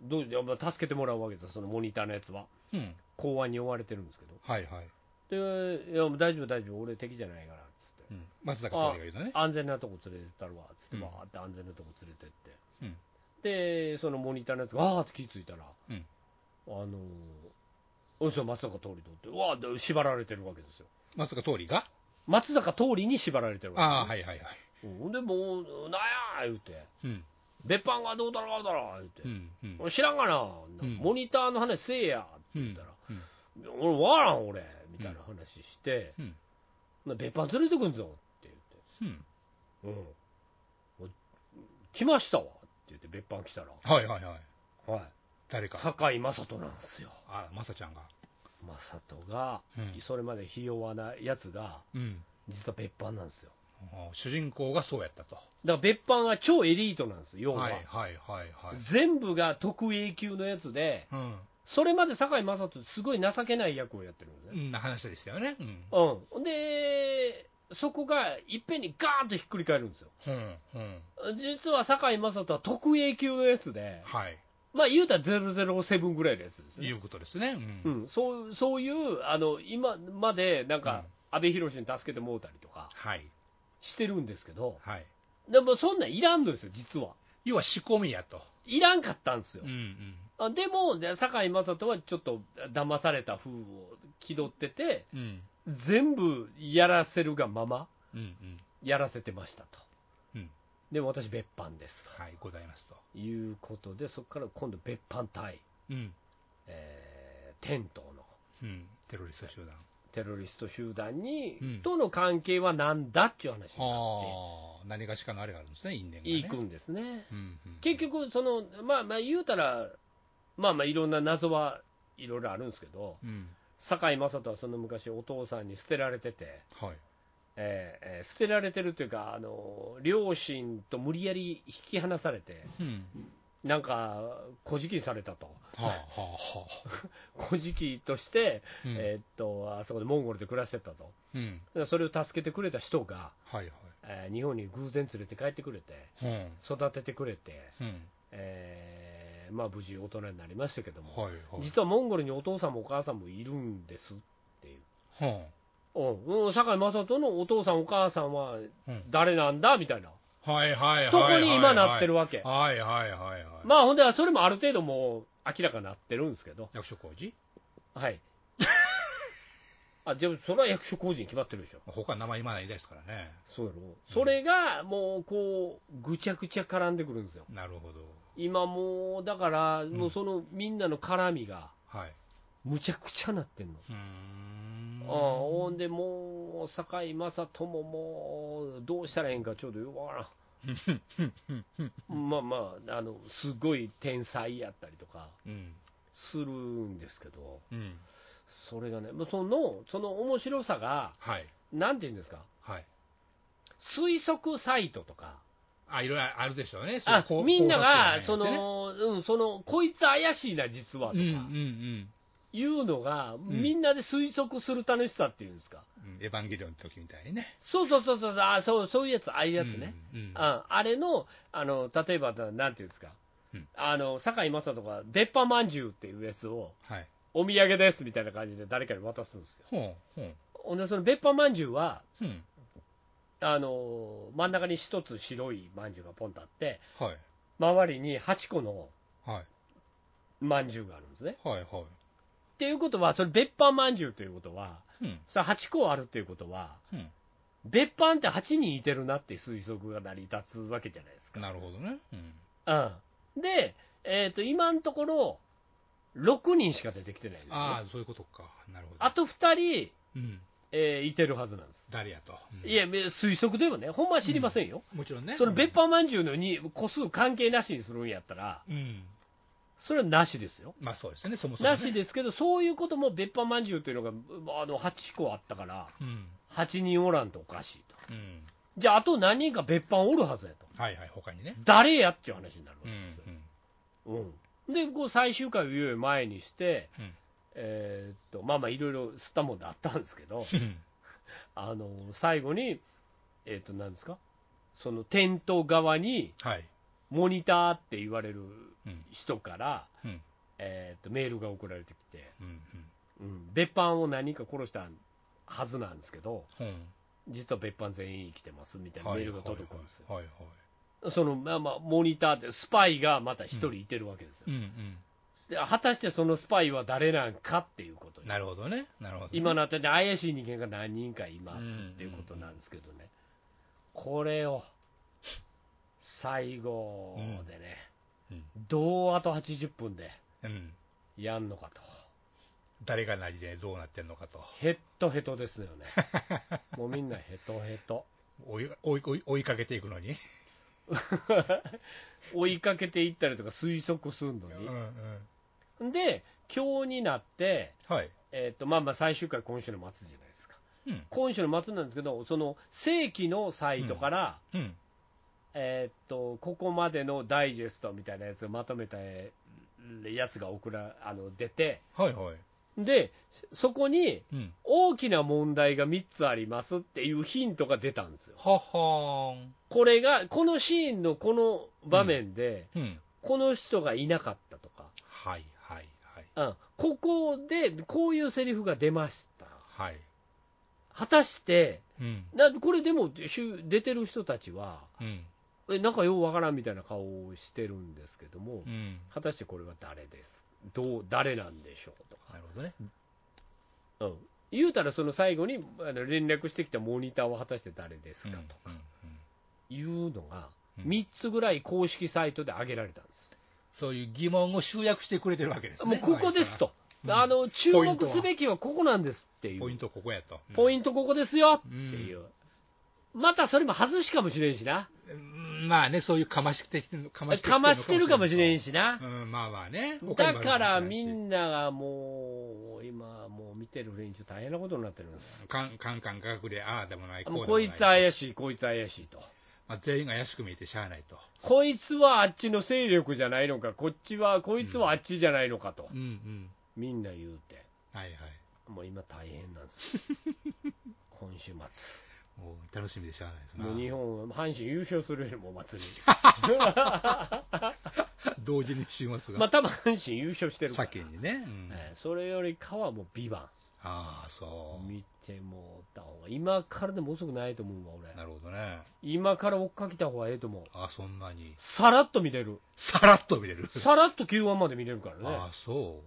どういやまあ助けてもらうわけですよそのモニターのやつは
うん。
公安に追われてるんですけど
はいはい。
で、いや、もう大丈夫、大丈夫、俺敵じゃないから、つって。
うん。松坂桃李が言うのね。
安全なとこ連れてったるわ、つって、
うん
わーって安全なとこ連れてって。
うん
で、そのモニターのやつが、わーって気づいたら、
うん
あのー、おいそれ松坂桃李とって、うわーで縛られてるわけですよ。
松坂桃李が
松坂桃李に縛られてる
ああ、
わけ
はいはいはい。
ですよ。うんほんで、もう、なんやー言うて、
うん。
別班がどうだろうだろう
う
言うて、
ん。うん。
俺知らんがな、
うん
モニターの話せえや、って
う
言っ
ん
たら、俺、わからん、俺、みたいな話して、
うん
な別班連れてくんぞって言って。
うん。
うん、もう来ましたわって言って別班来たら、
はいはいはい。
はい、
誰か。
堺雅人なんですよ
あ、まさちゃんが。
雅人が、
うん
それまでひ弱なやつが
うん。
実は別班なんですよ
あ主人公がそうやったと。
だから別班は超エリートなんですよ要は、
はいはいはいはい。
全部が特 A 級のやつで
うん。
それまで堺雅人すごい情けない役をやってるんです
う
ね
んな話でしたよね。うん。
うん、でそこがいっぺんにガーンとひっくり返るんですよ
うん。うん。
実は堺雅人は特 A 級のやつで
はい。
まあ言うたら007ぐらいのやつですね
いうことですね。う。
うんん、そうそういうあの今までなんか、安倍博に助けてもうたりとか
はい。
してるんですけど、
はい。
でもそんなんいらんのですよ、実は。
要は仕込みやと。
いらんかったんですよ
う。ん
あでも、で堺雅人はちょっと騙された風を気取ってて、
うん。うん。
全部やらせるがまま、
うんうん。
やらせてましたと。
うん
でも私、別班です
はい、ございますと。
ということで、そこから今度、別班対、
うん。
えー、テントの
うん。テロリスト集団。
テロリスト集団に、
うん
との関係はなんだっていう話になって。
はあ、何がしかのあれがあるんですね、因縁が、ね。
行くんですね。
うんうん。
結局、その、まあまあ言うたら、まあまあいろんな謎はいろいろあるんですけど、
うん。
堺雅人はその昔お父さんに捨てられてて、
はい。
えーえー捨てられてるというか、あの、両親と無理やり引き離されて、
うん。
なんか、小じきされたと。
はあ、はあ、はあ。
(laughs) 小じきとして、
うん
えーっと、あそこでモンゴルで暮らしてたと。
うん。
それを助けてくれた人が、
はい
えー日本に偶然連れて帰ってくれて、
はい。
育ててくれて、
うん。うん。
えーまあ、無事大人になりましたけども、
はいはい。
実はモンゴルにお父さんもお母さんもいるんですっていう、
は
うんうん、堺雅人のお父さん、お母さんは
あうん。
誰なんだみたいな
はいはいはいはい。
とこに今なってるわけ、
はいはいはいはい。
まあほんで、それもある程度もう明らかになってるんですけど、
役所工事 (laughs)
はい。あじゃあそれは役所工事に決まってるでしょ、
他名前今ないですからね。
そうやろそれがもうこう、ぐちゃぐちゃ絡んでくるんですよ、
なるほど。
今もう、だから、もうそのみんなの絡みが、
はい。
むちゃくちゃなってんの。
うーん
ああほんでもう、堺井雅人ももう、どうしたらええんか、ちょうどよくわか
(laughs)
らん。まあまあ、あの、すごい天才やったりとか
うん
するんですけど、
うん
それがね、まあその、その面白さが、
はい
なんていうんですか、
はい
推測サイトとか、
あいろいろあるでしょうねそういう
あ
こう
みんな
考
が、そ
察やなんやってね
の、うん、その、こいつ怪しいな、実は、と
うんうん
か、いうのが、みんなで推測する楽しさっていうんですか。
うんうんエヴァンゲリオンの時みたいにね
そうそうそうそう、あそうそういうやつ、ああいうやつね。
うんうん
ああれのあの例えばな、なんていうんですか、
うん
あの堺井雅人が、出っ歯まんじゅうっていうやつを、
はい
お土産ですみたいな感じで誰かに渡すんですよ。
ほうほう
ほんで、その出っ歯まんじゅうは、
うん
あの真ん中に一つ白いまんじゅうがポンとあって、
はい
周りに8個の
はい
まんじゅうがあるんですね。
はいはい
っていうことは、それ、別班まんじゅうということは、
うん
それ8個あるっていうことは、
うん
別班って8人いてるなって推測が成り立つわけじゃないですか。
なるほどねうん
うん、で、えーと、今のところ、6人しか出てきてないんですよ、
あ
あ
あそういうことかなるほど
と2人、
うん
えーいてるはずなんです。
誰やとうん
いや、め推測でもね、ほんまは知りませんよ。
もちろんね
その別班まんじゅうのに個数関係なしにするんやったら、
うん
それはなしですよ。
まあそうですねそもそもね
なしですけど、そういうことも別班まんじゅうというのがうあの8個あったから、
うん
8人おらんとおかしいと。
うん
じゃあ、あと何人か別班おるはずやと。
はいはい他にね
誰やっちゅう話になるわ
う
け
ん
ですよ。うんで、こう最終回をいよいよ前にして、
うんうん
えーっとまあまあいろいろ吸ったもんだったんですけどあの最後にえーっとなんですかそのテント側に
はい
モニターって言われる
うん
人から、
うん
えーっとメールが送られてきて、
うん
うん、別班を何人か殺したはずなんですけど
うんうん
実は別班全員生きてますみたいなメールが届くんですよ、
はいはい
そのまあまあモニターってスパイがまた一人いてるわけですよ、
うんうん
で果たしてそのスパイは誰なんかっていうことに
なるほどねなるほど
今のあたりで怪しい人間が何人かいますっていうことなんですけどね、これを最後でね、
うん
どうあと80分で
うん
やんのかと、
誰が何でどうなってんのかと
ヘッドヘトですよね、
(laughs)
もうみんなヘトヘト、
追い追い追い追いかけていくのに
追いかけていったりとか推測するの
うんうん
に、で、今日になって、
はい
えっとまあまあ最終回、今週の末じゃないですか、
うん
今週の末なんですけど、その正規のサイトから、
うん
えーっとここまでのダイジェストみたいなやつをまとめたやつが送らあの出て
はいはい
でそこに
うん
大きな問題が3つありますっていうヒントが出たんですよ
ははーん
これがこのシーンのこの場面で、
うん
この人がいなかったとか、
はいはいはい
うん、ここでこういうセリフが出ました
はい
果たして
うん
なこれでもしゅ出てる人たちは
うん
えなんかようわからんみたいな顔をしてるんですけども、
うん
果たしてこれは誰ですどう誰なんでしょうと
なるほどね
か、うん、言うたらその最後にあの連絡してきたモニターは果たして誰ですかと
うんうんうん
いうのが
うん
3つぐらい公式サイトで挙げられたんです、そういう
疑問を集約してくれてるわけです
も
ね
うここですと、
うん
あの注
ポイント
目
は
すべきはここなんですっていう
ポイントここやと
ポ
ン
イントここですよっていう、またそれも外しかもしれんしな
まあねそういうかましてきてるかましてきて
かましてるかもしれんしな、
うんまあまあね
だ
他にもある
から
もし
み
れいし
んながもう今もう見てる連中大変なことになってるんです
カンカンカンガクでああでもない
もう
うでも
こ
ない
いつ怪しい、こいつ怪しいと。
まあ、全員が怪しく見えてしゃあないと、
こいつはあっちの勢力じゃないのか、こっちは、こいつはあっちじゃないのかと、
うんうん、
みんな言うて、
はいはい
もう今大変なん
(laughs)
ですよ。今週末。
もう楽しみでしゃあないですな
もう日本、阪神優勝するよりもお祭り。
(laughs) 同時に週末が、
まあ多分阪神優勝してるから。
先にね、うん
ええそれよりかはもうビバ
ああ
ン
そう
見てもうた方が今からでも遅くないと思うわ俺
なるほどね
今から追っかけた方がええと思う
ああそんなに
さらっと見れる
さらっと見れる
さらっと Q1 まで見れるからね
ああそ
お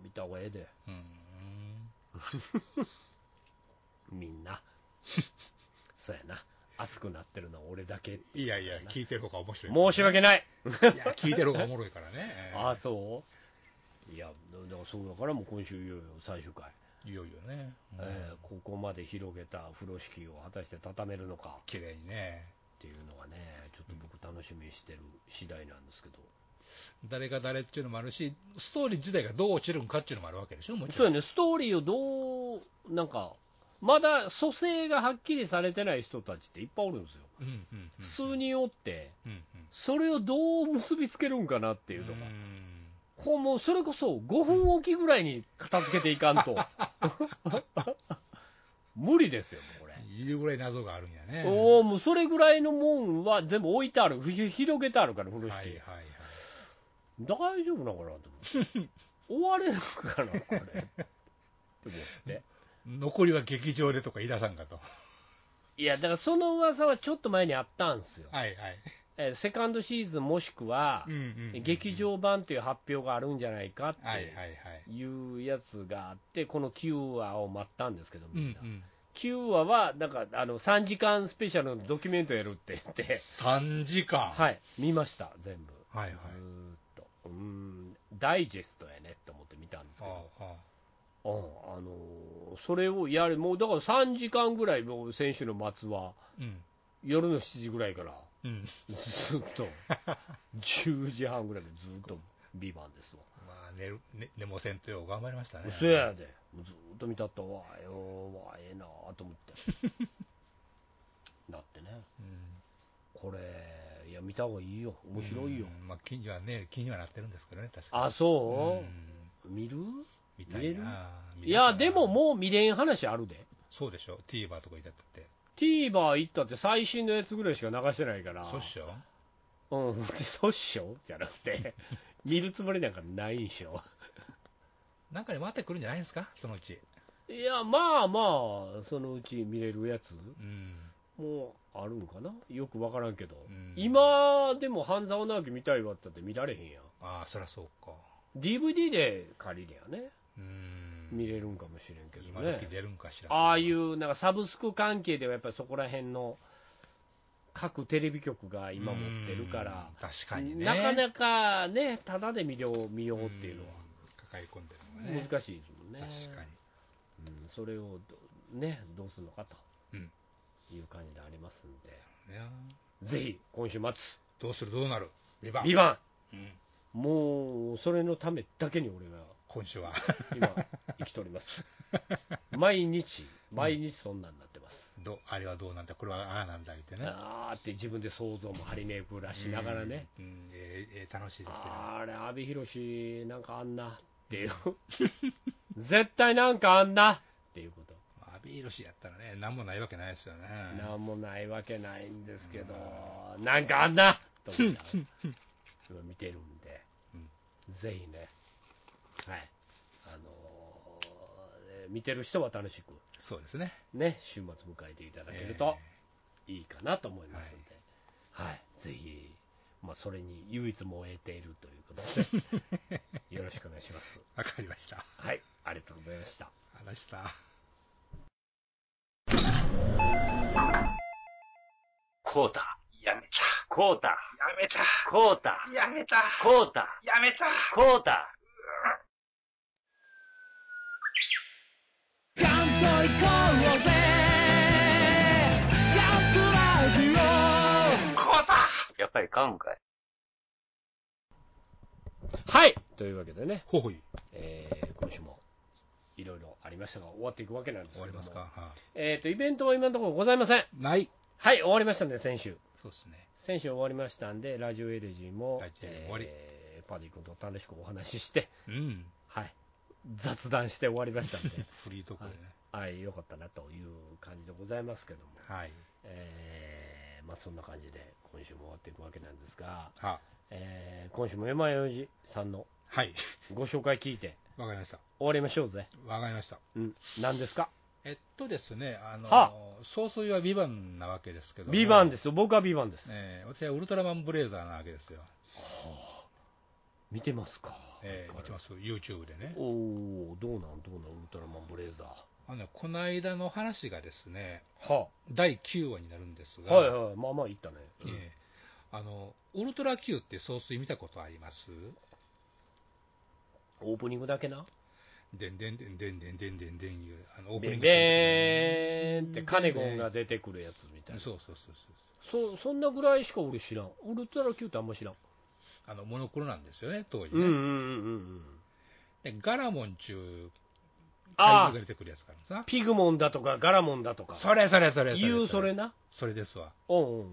ー見た方がええで
ううん
みんな (laughs) そうやな熱くなってるのは俺だけ
いやいや聞いてる方が面白い
申し訳ない (laughs)
いや聞いてる方がおもろいからね
ああそういや、だだからそうだから、もう今週いよいよ最終回、
いよいよね。うん
えーここまで広げた風呂敷を果たして畳めるのか
綺麗にね。
っていうのがね、ちょっと僕、楽しみにしてる次第なんですけど、
誰が誰っていうのもあるし、ストーリー自体がどう落ちるんかっていうのもあるわけでしょ、もち
そう
ろん。
やね、ストーリーをどう、なんか、まだ蘇生がはっきりされてない人たちっていっぱいおるんですよ、
うんうんうん。
普通におって、
うんうん。っ
それをどう結びつけるんかなって
て
いうのが、ほんもうそれこそ5分おきぐらいに片付けていか
(laughs)
んと、無理ですよ、もうこれ。
いうぐらい謎があるんやね。
おお、もうそれぐらいのもんは全部置いてある、ひ広げてあるから、風呂敷、
はいはいはい。
大丈夫なのかなと思っ
(laughs)
て、終われるかな、これ、って思って、
残りは劇場でとか言い出さんかと。
いや、だからその噂はちょっと前にあったんですよ、
はいはい。
えーセカンドシーズンもしくは
う、んうんうん
劇場版という発表があるんじゃないかっ
はいはい
て
はい。
いうやつがあって、この9話を待ったんですけど、
う
み
ん
んな。
うん。
9話は、なんかあの3時間スペシャルのドキュメントやるって言って、
3時間。。
はいい、見ました、全部。
はいはい
ず。ーっと、うーん、ダイジェストやねと思って見たんですけ
あ
ど、
あああ
うんあのーそれをやる、もうだから3時間ぐらい、もう先週の末は、
うん。
夜の7時ぐらいから、
うん。
ずっ (laughs) と、10時半ぐらいまでずっと、ビバンですわ。
まあ、寝る、ね、寝もせんとよう頑張りましたね。
そやで、ずーっと見たったわ、よーわ、ええなーと思 (laughs) って。だってね、
うん。
これ、いや、見た方がいいよ、面白いよ。
うん。まあ、気にはね、気にはなってるんですけどね、確かに。
あ、そ
うん
う、見る
見たい
見れる
な。見
い
れた
や、
な
でももう未練話あるで。
そうでしょ、TVer とか行ったって。
TVer 行ったって最新のやつぐらいしか流してないから。
そうっしょ
ょ。うん。 (laughs) でそうっしょじゃなく (laughs) て、見るつもりなんかないんしょ。
なんかに回ってくるんじゃないですか、そのうち。
いや、まあまあ、そのうち見れるやつ
うん。
もあるんかなよくわからんけど。
うん
今、でも半沢直樹見たいわって言ったって見られへんやん。
ああ、そりゃそうか。
DVD で借りりゃね、
うん。
見れるんかもしれんけど
今時
ね。
出るんかしら。。
ああいうう、なんかサブスク関係ではやっぱりそこら辺の各テレビ局が今持ってるから。
うん。確かにね。
なかなかね、ただで見よう見ようっていうのは
ん抱え込んでるのがね。
難しいですもんね、
確かに。
うんそれをどね、どうするのかと
うん
いう感じでありますんで、
いや
ぜひ今週末、
どうする、どうなる。ビバン。
ビバ
うん
ン、もうそれのためだけに俺が
今週は (laughs)
今、生きております、毎日、毎日そんなんなってます、
どうあれはどうなんだこれはああなんだ言ってね
あーって自分で想像も張り巡らしながらね、
うん、うんえーえー楽しいですよ
あれ、阿部寛、なんかあんなって
(laughs)
いう、絶対なんかあんなっていうこと。
アビーロシやったらね何もないわけないですよね
なんもないわけないんですけど、なんかあんなと思いながら今見てるんで、
うん
ぜひね、はい、あのーえー見てる人は楽しく、
そうですね
ね、週末迎えていただけるといいかなと思いますんで、はい、ぜひ、まあ、それに唯一燃えているということ (laughs) で、よろしくお願いします。
わかりました
はい、ありがとうございました。
話した
コータ、
やめた。
コータ、
やめた。
コータ、
やめた。
コータ、
やめた。
コータ。
カント行こうぜカンプラジオ
こうた。
やっぱり買うんかい。はいというわけでね、
ほほい
えー今週もいろいろありましたが、終わっていくわけなんですけ
終
ども
わりますか、は
えーと、イベントは今のところございません。
いない
はい、終わりましたんで、先週。
そうですね
先週終わりましたんで、ラジオエレジーも、
ラジオエレジー終わり
えーパディ君と楽しくお話しして、
うん
はい、雑談して終わりましたん
(laughs)
で、
フリートークでね
はい、よかったなという感じでございますけども、
はい
えーまあそんな感じで今週も終わっていくわけなんですが、
は
えー今週も山よじさんの
はい
ご紹介聞いて
わかりました
終わりましょうぜ。
わかりました
うん。何ですか
えっとですねあの
は
総帥はビバンなわけですけども
ビバンですよ。僕はビバンです。
えー私はウルトラマンブレーザーなわけですよ、
見てますか。。
えー見てますす YouTube でね
おおどうなんどうなんウルトラマンブレイザ
あのねこの間の話がですね
ー。は
第9話になるんです
あ、
が、
はいはい。まあまあ言ったね。
ええあのウルトラ Q って総帥見たことあります
オープニングだけな。
でんでんでんでんでんでんでんでんいう、あの、オープニ
ベ
ン
ンベー
グ
ンってカネゴンが出てくるやつみたいな。
そうそうそうそ
そ
う。
そんなぐらいしか俺知らん。ウルトラ Q ってあんま知らん。
あの、モノクロなんですよね、当時
うんうん
ね。
うんうん。
でガラモン中、怪
あ
獣が
あ、
出てくるやつからさ。
ピグモンだとかガラモンだとか。
それそれそれそれ。
言うそれ。な。
それですわ。
うんうんうん。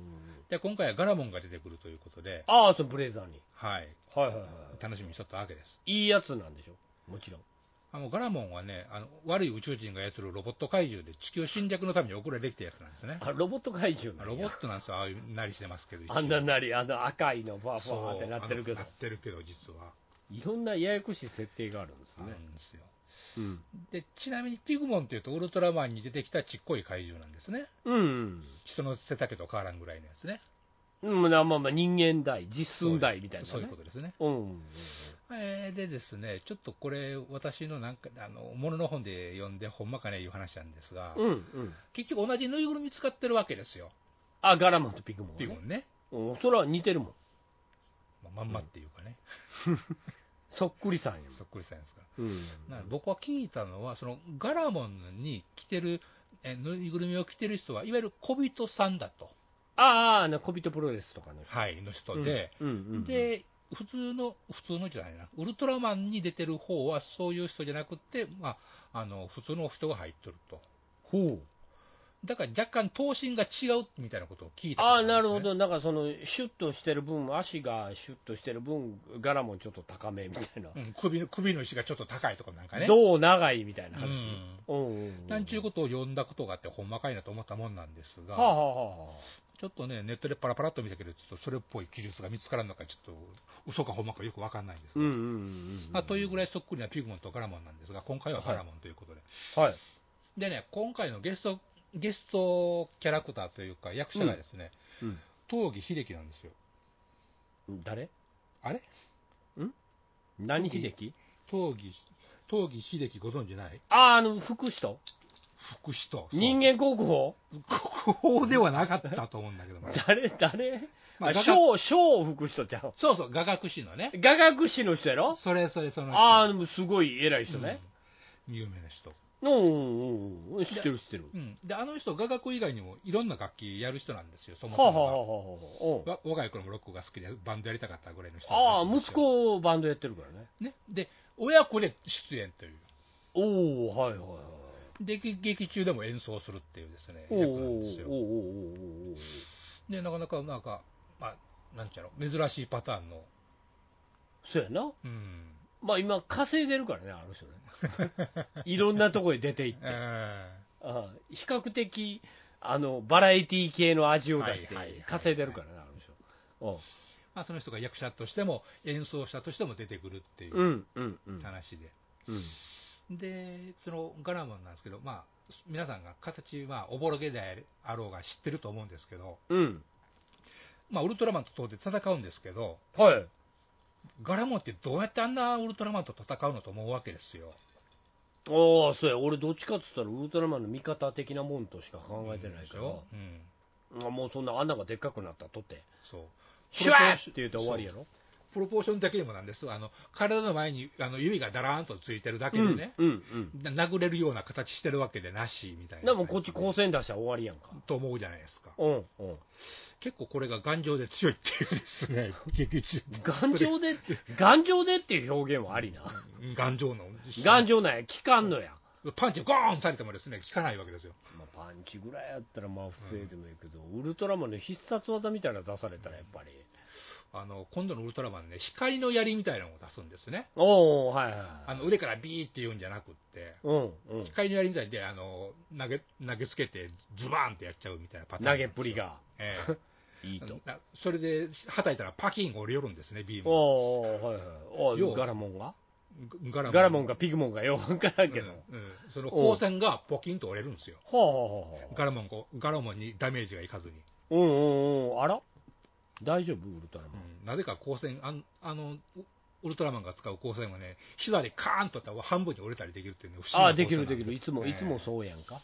で、今回はガラモンが出てくるということで、
ああ、そのブレザーに。
はい。
はいはいは
楽しみにしとったわけです。
い。いいやつなんでしょ。もちろん。
あの、ガラモンはね、あの、悪い宇宙人が操るロボット怪獣で地球侵略のために送られてきたやつなんですね。
あ、ロボット怪獣なんや
ロボットなんですよ、ああいうなりしてますけど。一応
あんななり、あの赤いのファーフ
そう
ァーってなってるけど
なっ、てるけど、実は。
いろんなややこしい設定があるんです
な
ね。
んですよ。
うん。
で、ちなみにピグモンっていうと、ウルトラマンに出てきたちっこい怪獣なんですね。
うん。
人の背丈と変わらんぐらいのやつね。
うん、まあまあまあ、人間代、実寸代みたいな、ね。
そういうことですね。
うんうんうん。
えーでですね、ちょっとこれ、私のなんか、あの、ものの本で読んで、ほんまかねいう話なんですが、
うんうん。
結局同じぬいぐるみ使ってるわけですよ。
あ、ガラマンとピグモン、ね。
ピグモンね。
うん、それは似てるもん。
まあまんまっていうかね、
そっくりさんや
そっくりさんですから。
もん。うん。
なんか僕は聞いたのは、そのガラモンに着てる、えぬいぐるみを着てる人は、いわゆる小人さんだと、
あーあー、な小人プロレスとかの人。
はい、の人で、
うん、うんうんうん、
で、普通の、普通のじゃないな、ウルトラマンに出てる方は、そういう人じゃなくて、まあ、あの普通の人が入っとると、
ほう。
だから若干、頭身が違うみたいなことを聞いたこと
あ
が
あ、
り
なる
ますね
ほど。なんかその、シュッとしてる分、足がシュッとしてる分、ガラモンちょっと高めみたいな。
うん首の、首の石がちょっと高いとかなんかね、
どう長いみたいな話。うんうんうん
なんちゅうことを呼んだことがあって、ほんまかいなと思ったもんなんですが。
はあ、はあはあはあ、
ちょっとね、ネットでパラパラっと見たけど、ちょっとそれっぽい記述が見つからんのか、ちょっと嘘かほんまかよくわかんないんですが、
うんうんうんうん、
まあ、というぐ
らい、
らいそっくりなピグモンとガラモンなんですが、今回はガラモンということで、
はい、
でね、今回のゲストゲストキャラクターというか、役者がですね、東儀秀樹なんですよ。
誰
あれ
何秀樹
東儀東儀秀樹ご存じない
ああ、あの、福祉と
福祉と、そう
人間国宝
国宝ではなかったと思うんだけども、
誰誰
まあ
あ、
画
小、小福祉とちゃう。
そうそう、雅楽師のね、
雅楽師の人やろ
それそれその人
ああ、でもすごい偉い人ね。
うん有名な人。
うん、うんうんうん、知ってる知ってる。
うん、であの人、雅楽以外にもいろんな楽器やる人なんですよ、そも
は
そ
あ、は
も
あ
が
はあはあは
わ若い頃もロックが好きで、バンドやりたかったぐらいの人
あ、
な
うんん。ああ、
です
息
よ、
子バンドやってるからね。
ね、で親子で出演という
おおはいはいはい。
で、劇劇中でも演奏するっていうですね、
おー
役
お
なんです
ーおーおー
よ。
おーおー
で、なかなか、なんか、まあ、なんちゃろ、珍しいパターンの、
そうやな。
うん、
まあ今、稼いでるからね、あの人ね。 (laughs) いろんなとこへ出ていって。
え
ああ比較的あのバラエティ系の味を出して
はいはいはい
稼いでるからな、あの人。
ーまあ、その人が役者としても、演奏者としても出てくるっていううん
うんうん
話で、
うん
で、そのガラモンなんですけど、まあ、皆さんが形はおぼろげであろうが知ってると思うんですけど、
うん
まあ、ウルトラマンとで戦うんですけど、
はい
ガラモンってどうやってあんなウルトラマンと戦うのと思うわけですよ。
ああそうや俺どっちかっつったらウルトラマンの味方的なもんとしか考えてない
で
か
し
ら、
ょうん、
あもうそんな穴がでっかくなったとって
そう。
シュワーって言うと終わりやろ
プロポーションだけでもなんです。あの、体の前にあの指がだらーんとついてるだけ
う
で
ん
ね、
うんうん
な殴れるような形してるわけでなし、みたいな。
でもこっち光線出したら終わりやんか
と思うじゃないですか。
うんうん
結構これが頑丈で強いっていうで
(laughs)
すね、劇中
頑丈で頑丈でっていう表現はありな
うん頑丈の。
頑丈なんや効かんのや、
パンチゴーンされてもですね、効かないわけですよ。
まあ、パンチぐらいやったらまあ防いでもいいけど、ウルトラマンの必殺技みたいなの出されたらやっぱり
あの、今度のウルトラマンね、光の槍みたいなのを出すんですね。
おおはいはい
あの腕からビーって言うんじゃなくって、
うんうん
光の槍みたいであの投げ投げつけて、ズバーンってやっちゃうみたいなパターンな
投
ん
げ
ですよ
っぷり、が
え
(laughs) いい
え
と
なそれではたいたら、パキン折れよるんですね、ビー
お
ム
おはいはいお
要
ー
は
ガラモンが
ガラ
ガラモンかピグモンかよう分からんけど、は
うんうんその光線がポキンと折れるんですよ、
あはあはあ
ガラモンこうガラモンにダメージがいかずに、
うんうんうんあら大丈夫ウルトラマン
うんなぜか光線あんあの、ウウルトラマンが使う光線はね、膝でカーンとやったら半分に折れたりできるっていうね、不思議な
ああでき
光
る
線なん
できるいつも
ええ
いつもそうやんか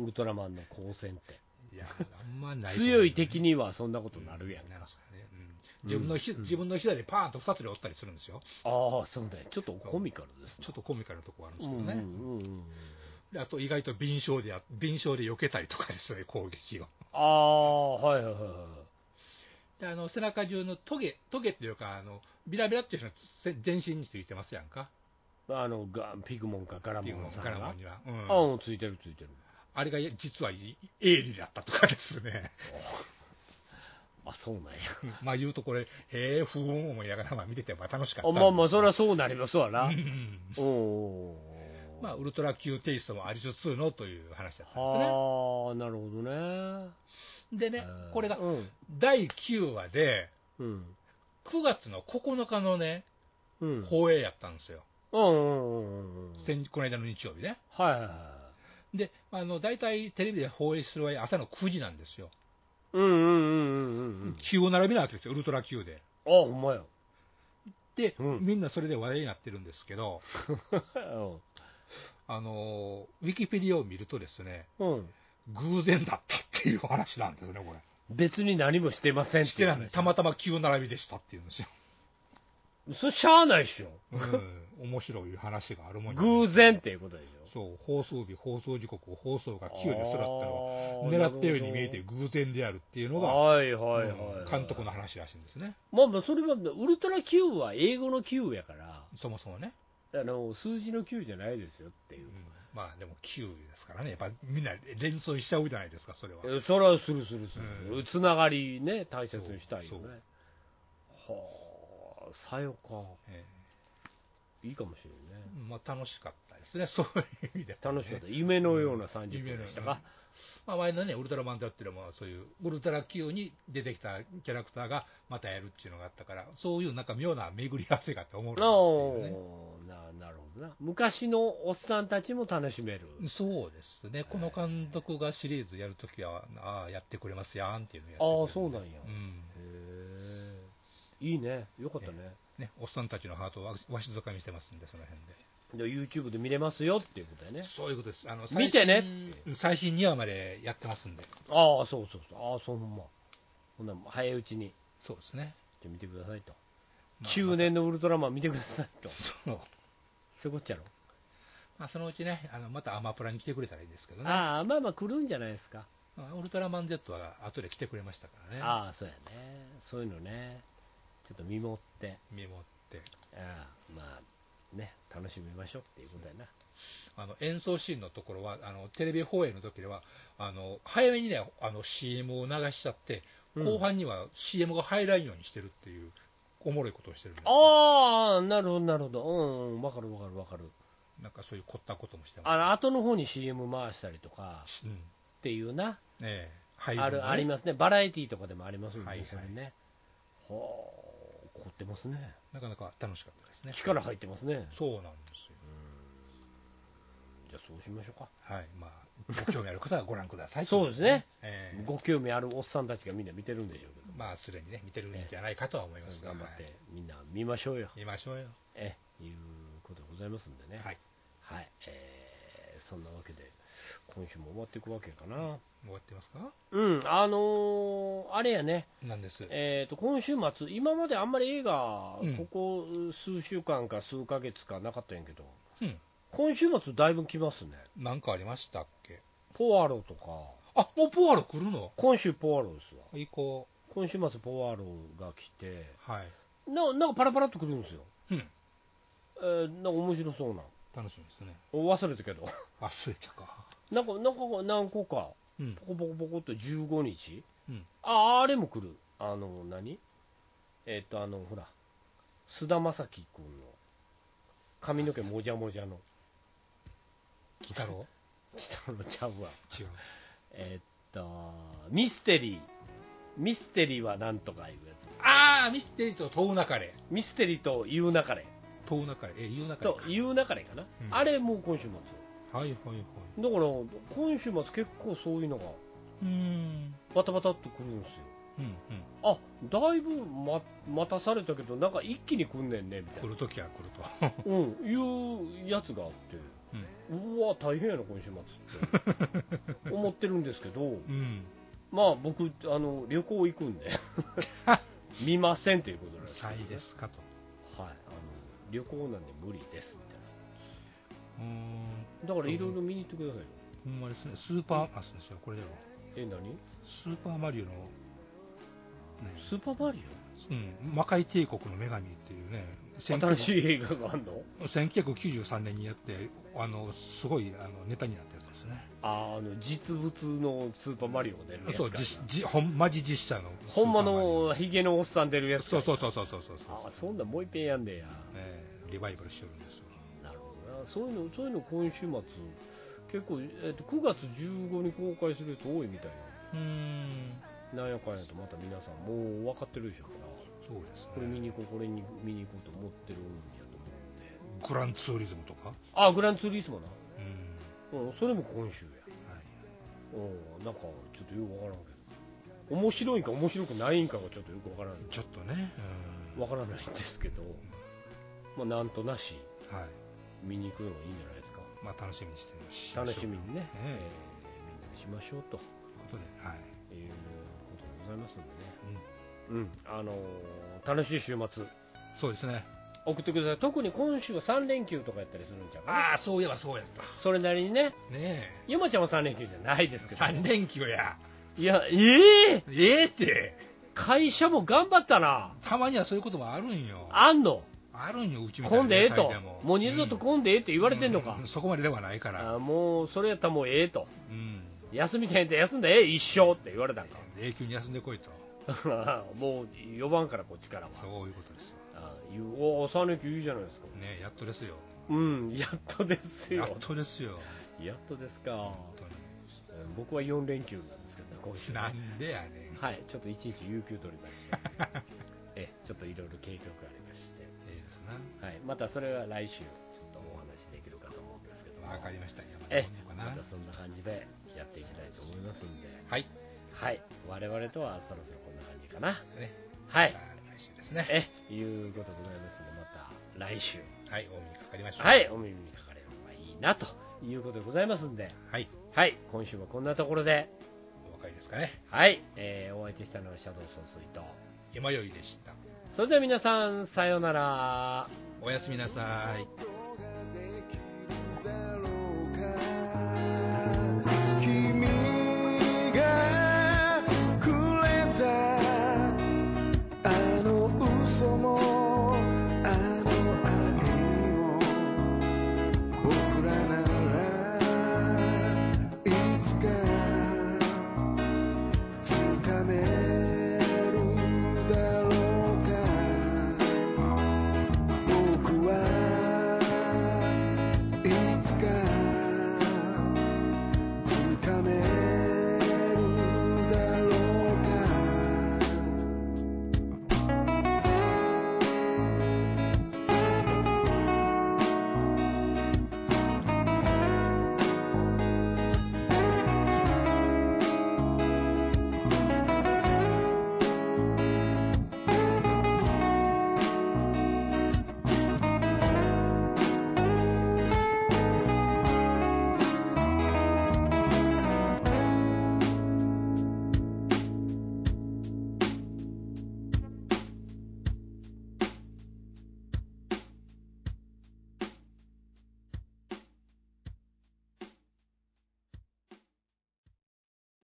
ウルトラマンの光線って
いやあんまないと思う
強い敵にはそんなことなるやん
なん
か
ですかねうん自分のひ、
うん
自分の膝でパーンと2つで折ったりするんですよ。
ああ、そうね。ちょっとコミカルですね。
ちょっとコミカルなとこあるんです
う
けど
ん
ね。
うんうん
であと意外と敏捷でや、敏捷で避けたりとかですね、攻撃を。
ああ、はいはいはいはい。
であの背中中のトゲ、トゲっていうか、あのビラビラっていうのはせ全身についてますやんか、
あのガピグモンかガラ
ピ
モ
ンク
ン
の
さん
カラモ
が
ン。には、うん
ああ、ついてるついてる。
あれが実はい鋭利だったとかですね、
あそうなんや。
(laughs) まあ言うとこれ、へえ、不穏思いながら、まあ、見ててまあ楽しかった
あ
んです
まあまあ、そりゃそうなりますわ (laughs) な。
うん
おおー。
まあ、ウルトラ級テイストもありつつのという話だったんですね。
はあ、なるほどね。
でね
うん、
これが
うん。
第9話で、
うん。
9月の9日のね、
うん。
放映やったんですよ、
うんうんうんうんうん。
先この間の日曜日ね。
はいはいはい。
で、あの大体テレビで放映する場合、朝の9時なんですよ。
うんうんうんうんうんうん。
急を並べなわけですよ、ウルトラ級で。
あ、ほんまや。 (laughs)
で、
うん
みんなそれで話題になってるんですけど、あのーウィキペディアを見るとですね、
うん。
偶然だったっていう話なんですね、これ。
別に何もしてません
してないのにたま
た
たま急並びでしたっていうんですよ。
それしゃあないっしょ。
うん、面白い話があるもんじゃない
偶然っていうことでしょ。
そう、放送日、放送時刻を放送が9ですらって
あー
のは、狙ったように見えて偶然であるっていうのが、
はいはいはい、
うん監督の話らしいんですね、
まあまあそれはウルトラ Q は英語の Q やか
そもそもね。
らあの数字の Q じゃないですよっていう
うん、まあでも9ですからね、やっぱみんな連想しちゃうじゃないですか、それは。
えそれはするするす
う
る
ん
つながりね大切にしたいよ
そ
ね
う
はあさよか
え
いいかもしれないね
えまあ、楽しかったですね、 (laughs) そういう意味で、。
楽しかったた夢のような30分でしたか、
まあ、前のね、ウルトラマンだっていうのは、そういう、ウルトラ Q に出てきたキャラクターがまたやるっていうのがあったから、そういうなんか妙な巡り合わせがあって思うなっていうね。
おーななるほどな昔のおっさんたちも楽しめる、
そうですね、この監督がシリーズやるときは、ああ、やってくれますやんっていうのをやってくれる
ああそうなんや、
う
へ
ん
えいいねよかったね、
ね、おっさんたちのハートをわわしづかみしてますんで、その辺で。
で YouTube で見れますよっていうことだよね
そういうことです。あの
見てね
最新最新2話までやってますんで。
ああそうそうそうああそうほんまほんなら早いうちに
そうですね。
じゃあ見てくださいと、
まあ
9年のウルトラマン見てくださいと
そう。
そういうことやろ、
まあ、そのうちね、あのまたアマプラに来てくれたらいいですけどね。
ああまあまあ来るんじゃないですか、
まあウルトラマン Z は後で来てくれましたからね。
ああそうやねそういうのねちょっと見守って
見守って。
ああまあね楽しみましょうっていうことやな、
あの演奏シーンのところは、あのテレビ放映の時では、あの早めにね、あの CM を流しちゃって、
うん
後半には CM が入らんようにしてるっていう、おもろいことをしてるんですよ
ああなるほどなるほどうんうんわかるわかるわかる
なんかそういう凝ったこともして
あ
ま
の後の方に CM 回したりとか
す。うん
っていうな
ええ配分
あ
がね
るありますねバラエティーとかでもありますもんね、
はいはい
それねはあ凝ってますね
なかなか楽しかったですね。
力入ってますね
そうなんですよ。
じゃあそうしましょうか
はい、まあ、ご興味ある方はご覧ください。
そうですね。
ええ
ご興味あるおっさんたちがみんな見てるんでしょうけど
まあ、すでにね、見てるんじゃないかとは思いますが、
頑張っ
はい
てみんな見ましょうよ
見ましょうよ。
えいうことでございますんでね
はい、
はいえーそんなわけで今週も終わっていくわけかな
終わってますか
うんあのーあれやね
なんです。
えー、と今週末、今まであんまり映画、
うん
ここ数週間か数ヶ月かなかったんやけど、
うん。
今週末、だいぶ来ますね、
なんかありましたっけ
ポワロとか、
あ、もうポワロ来るの
今週、ポワロですわ、
以降。
今週末、ポワロが来て、
はい。
ななんかパラパラっと来るんですよ、
うん。
えーなんか面白そうな、
楽しみですね。
忘れたけど、
忘れたか。
なんかなんか何個か、
うん
ポ。コポコポコっと15日、
うん。
ああれも来る、あの、何えっ、と、あの、ほら、菅田将暉君の髪の毛もじゃもじゃの。
来たろ
北野ちゃうわ。
(laughs) 違う。
えっと、ミステリー。ミステリーはなんとかいうやつ。
あー、ミステリーと遠なかれ。
ミステリーと言う流れ。
遠なかれ。え、言うなかれ
と
か。
言う流れかな。
うん
あれもう今週末。
はいはいはい。
だから、今週末結構そういうのが
うーん。
バタバタっと来るんですよ。
うんうん。
あ、だいぶま待たされたけど、なんか一気に来んねんね、みたい
来
な
る。ときは来る
(laughs)
と。
うん、いうやつがあって。
うん。
うわ大変やな今週末って
(laughs)
思ってるんですけど
うん。 (laughs)
まあ僕あの旅行行くんで見ませんということなんですけど
サイですかと。
はい、あの旅行なんで無理ですみたいな
うーん、
だからいろいろ見に行ってくださいよ。
ほんまですね、スーパー、あ、そうですよ、これでも、
え、何
スーパーマリオの、ね、
スーパーマリ
うん、魔界帝国の女神っていうね、
オ新しい映画があんの
1993年にやって、あのすごいあのネタになったやつですね、
ああの、実物のスーパーマリオが出るやつか
そう実じほんマジ実写の、
ほんまの、ヒゲのおっさん出るやつか
そうそうそうそうそうそうそう
ああ、そんなんもう一遍やんでや。
えーリバイバルしてるんですよ、
なるほどな。そういうの、そういうの今週末、結構、えっと、9月15に公開するやつ多いみたい
うん、
な。なんやかんやとまた皆さんもう分かってるでしょうから、
そうですね、
これ見に行こう、これに見に行こうと思ってるんやと思うんで。
グランツーリズムとか、
あ、グランツーリスモな。
うん
うん、それも今週や。
はい、
うん、なんかちょっとよくわからんけど、面白いんか面白くないんかがちょっとよくわからない、
ちょっとね、うん
わからないんですけど、まあ、なんとなし、
はい
見に行くのがいいんじゃないですか、
まあ、楽しみにしてみましょう
楽しみにね、えーみん
え
なでしましょうと
えということで、はい
いうことでございますんでね、
うん
うん、あのー楽しい週末、
そうですね、
送ってください、特に今週は3連休とかやったりするんちゃうかな、
ああ、そういえばそうやった、
それなりにね、
ね
山ちゃんは3連休じゃないで
え、
すけど、
3連休や、
いや、ええ
ええって、
会社も頑張ったな、
たまにはそういうこともあるんよ、
あんの。
あるんよ、うちみた
混
いなん
でええと
野菜でも、
もう二度と混んでええって言われてんのか
う、そこまでではないから、
あもうそれやったらもうええと、
うん、
休みたいんで休んでええ、一生って言われたん
永久に休んでこいと、
か、 (laughs) もう呼ばんから、こっちからは、
そういうことですよ、
あ言うおお、3連休いいじゃないですか、
ねえ、やっとですよ、
うん、やっとです
や
よ
っ、とですよ、
やっとですか、
本当
うん僕は4連休なんですけどね、今週
に、
ね
なんでやねん、
はい、ちょっと一日有給取りまして、 (laughs) えちょっといろいろ計画がありまして、
ええですな、
はい、またそれは来週、ちょっとお話できるかと思うんですけども
わかりました、山田
え
さんの
ま
かな
た、そんな感じでやっていきたいと思いますんで、
はい、
はい、我々とはそろそろこんな感じかな。
ね、
はい
ま、た来週ですね、
え、いうことでございますので、また来週、
はい、お目にかかりましょう。
はい、お耳にかかれればいいなということでございますんで、
はい、
はい、今週はこんなところで、
お別れですかね。
はい、えーお相手したのはシャドウ総帥と、
山よいでした。
それでは皆さん、さようなら。
おやすみなさい。
「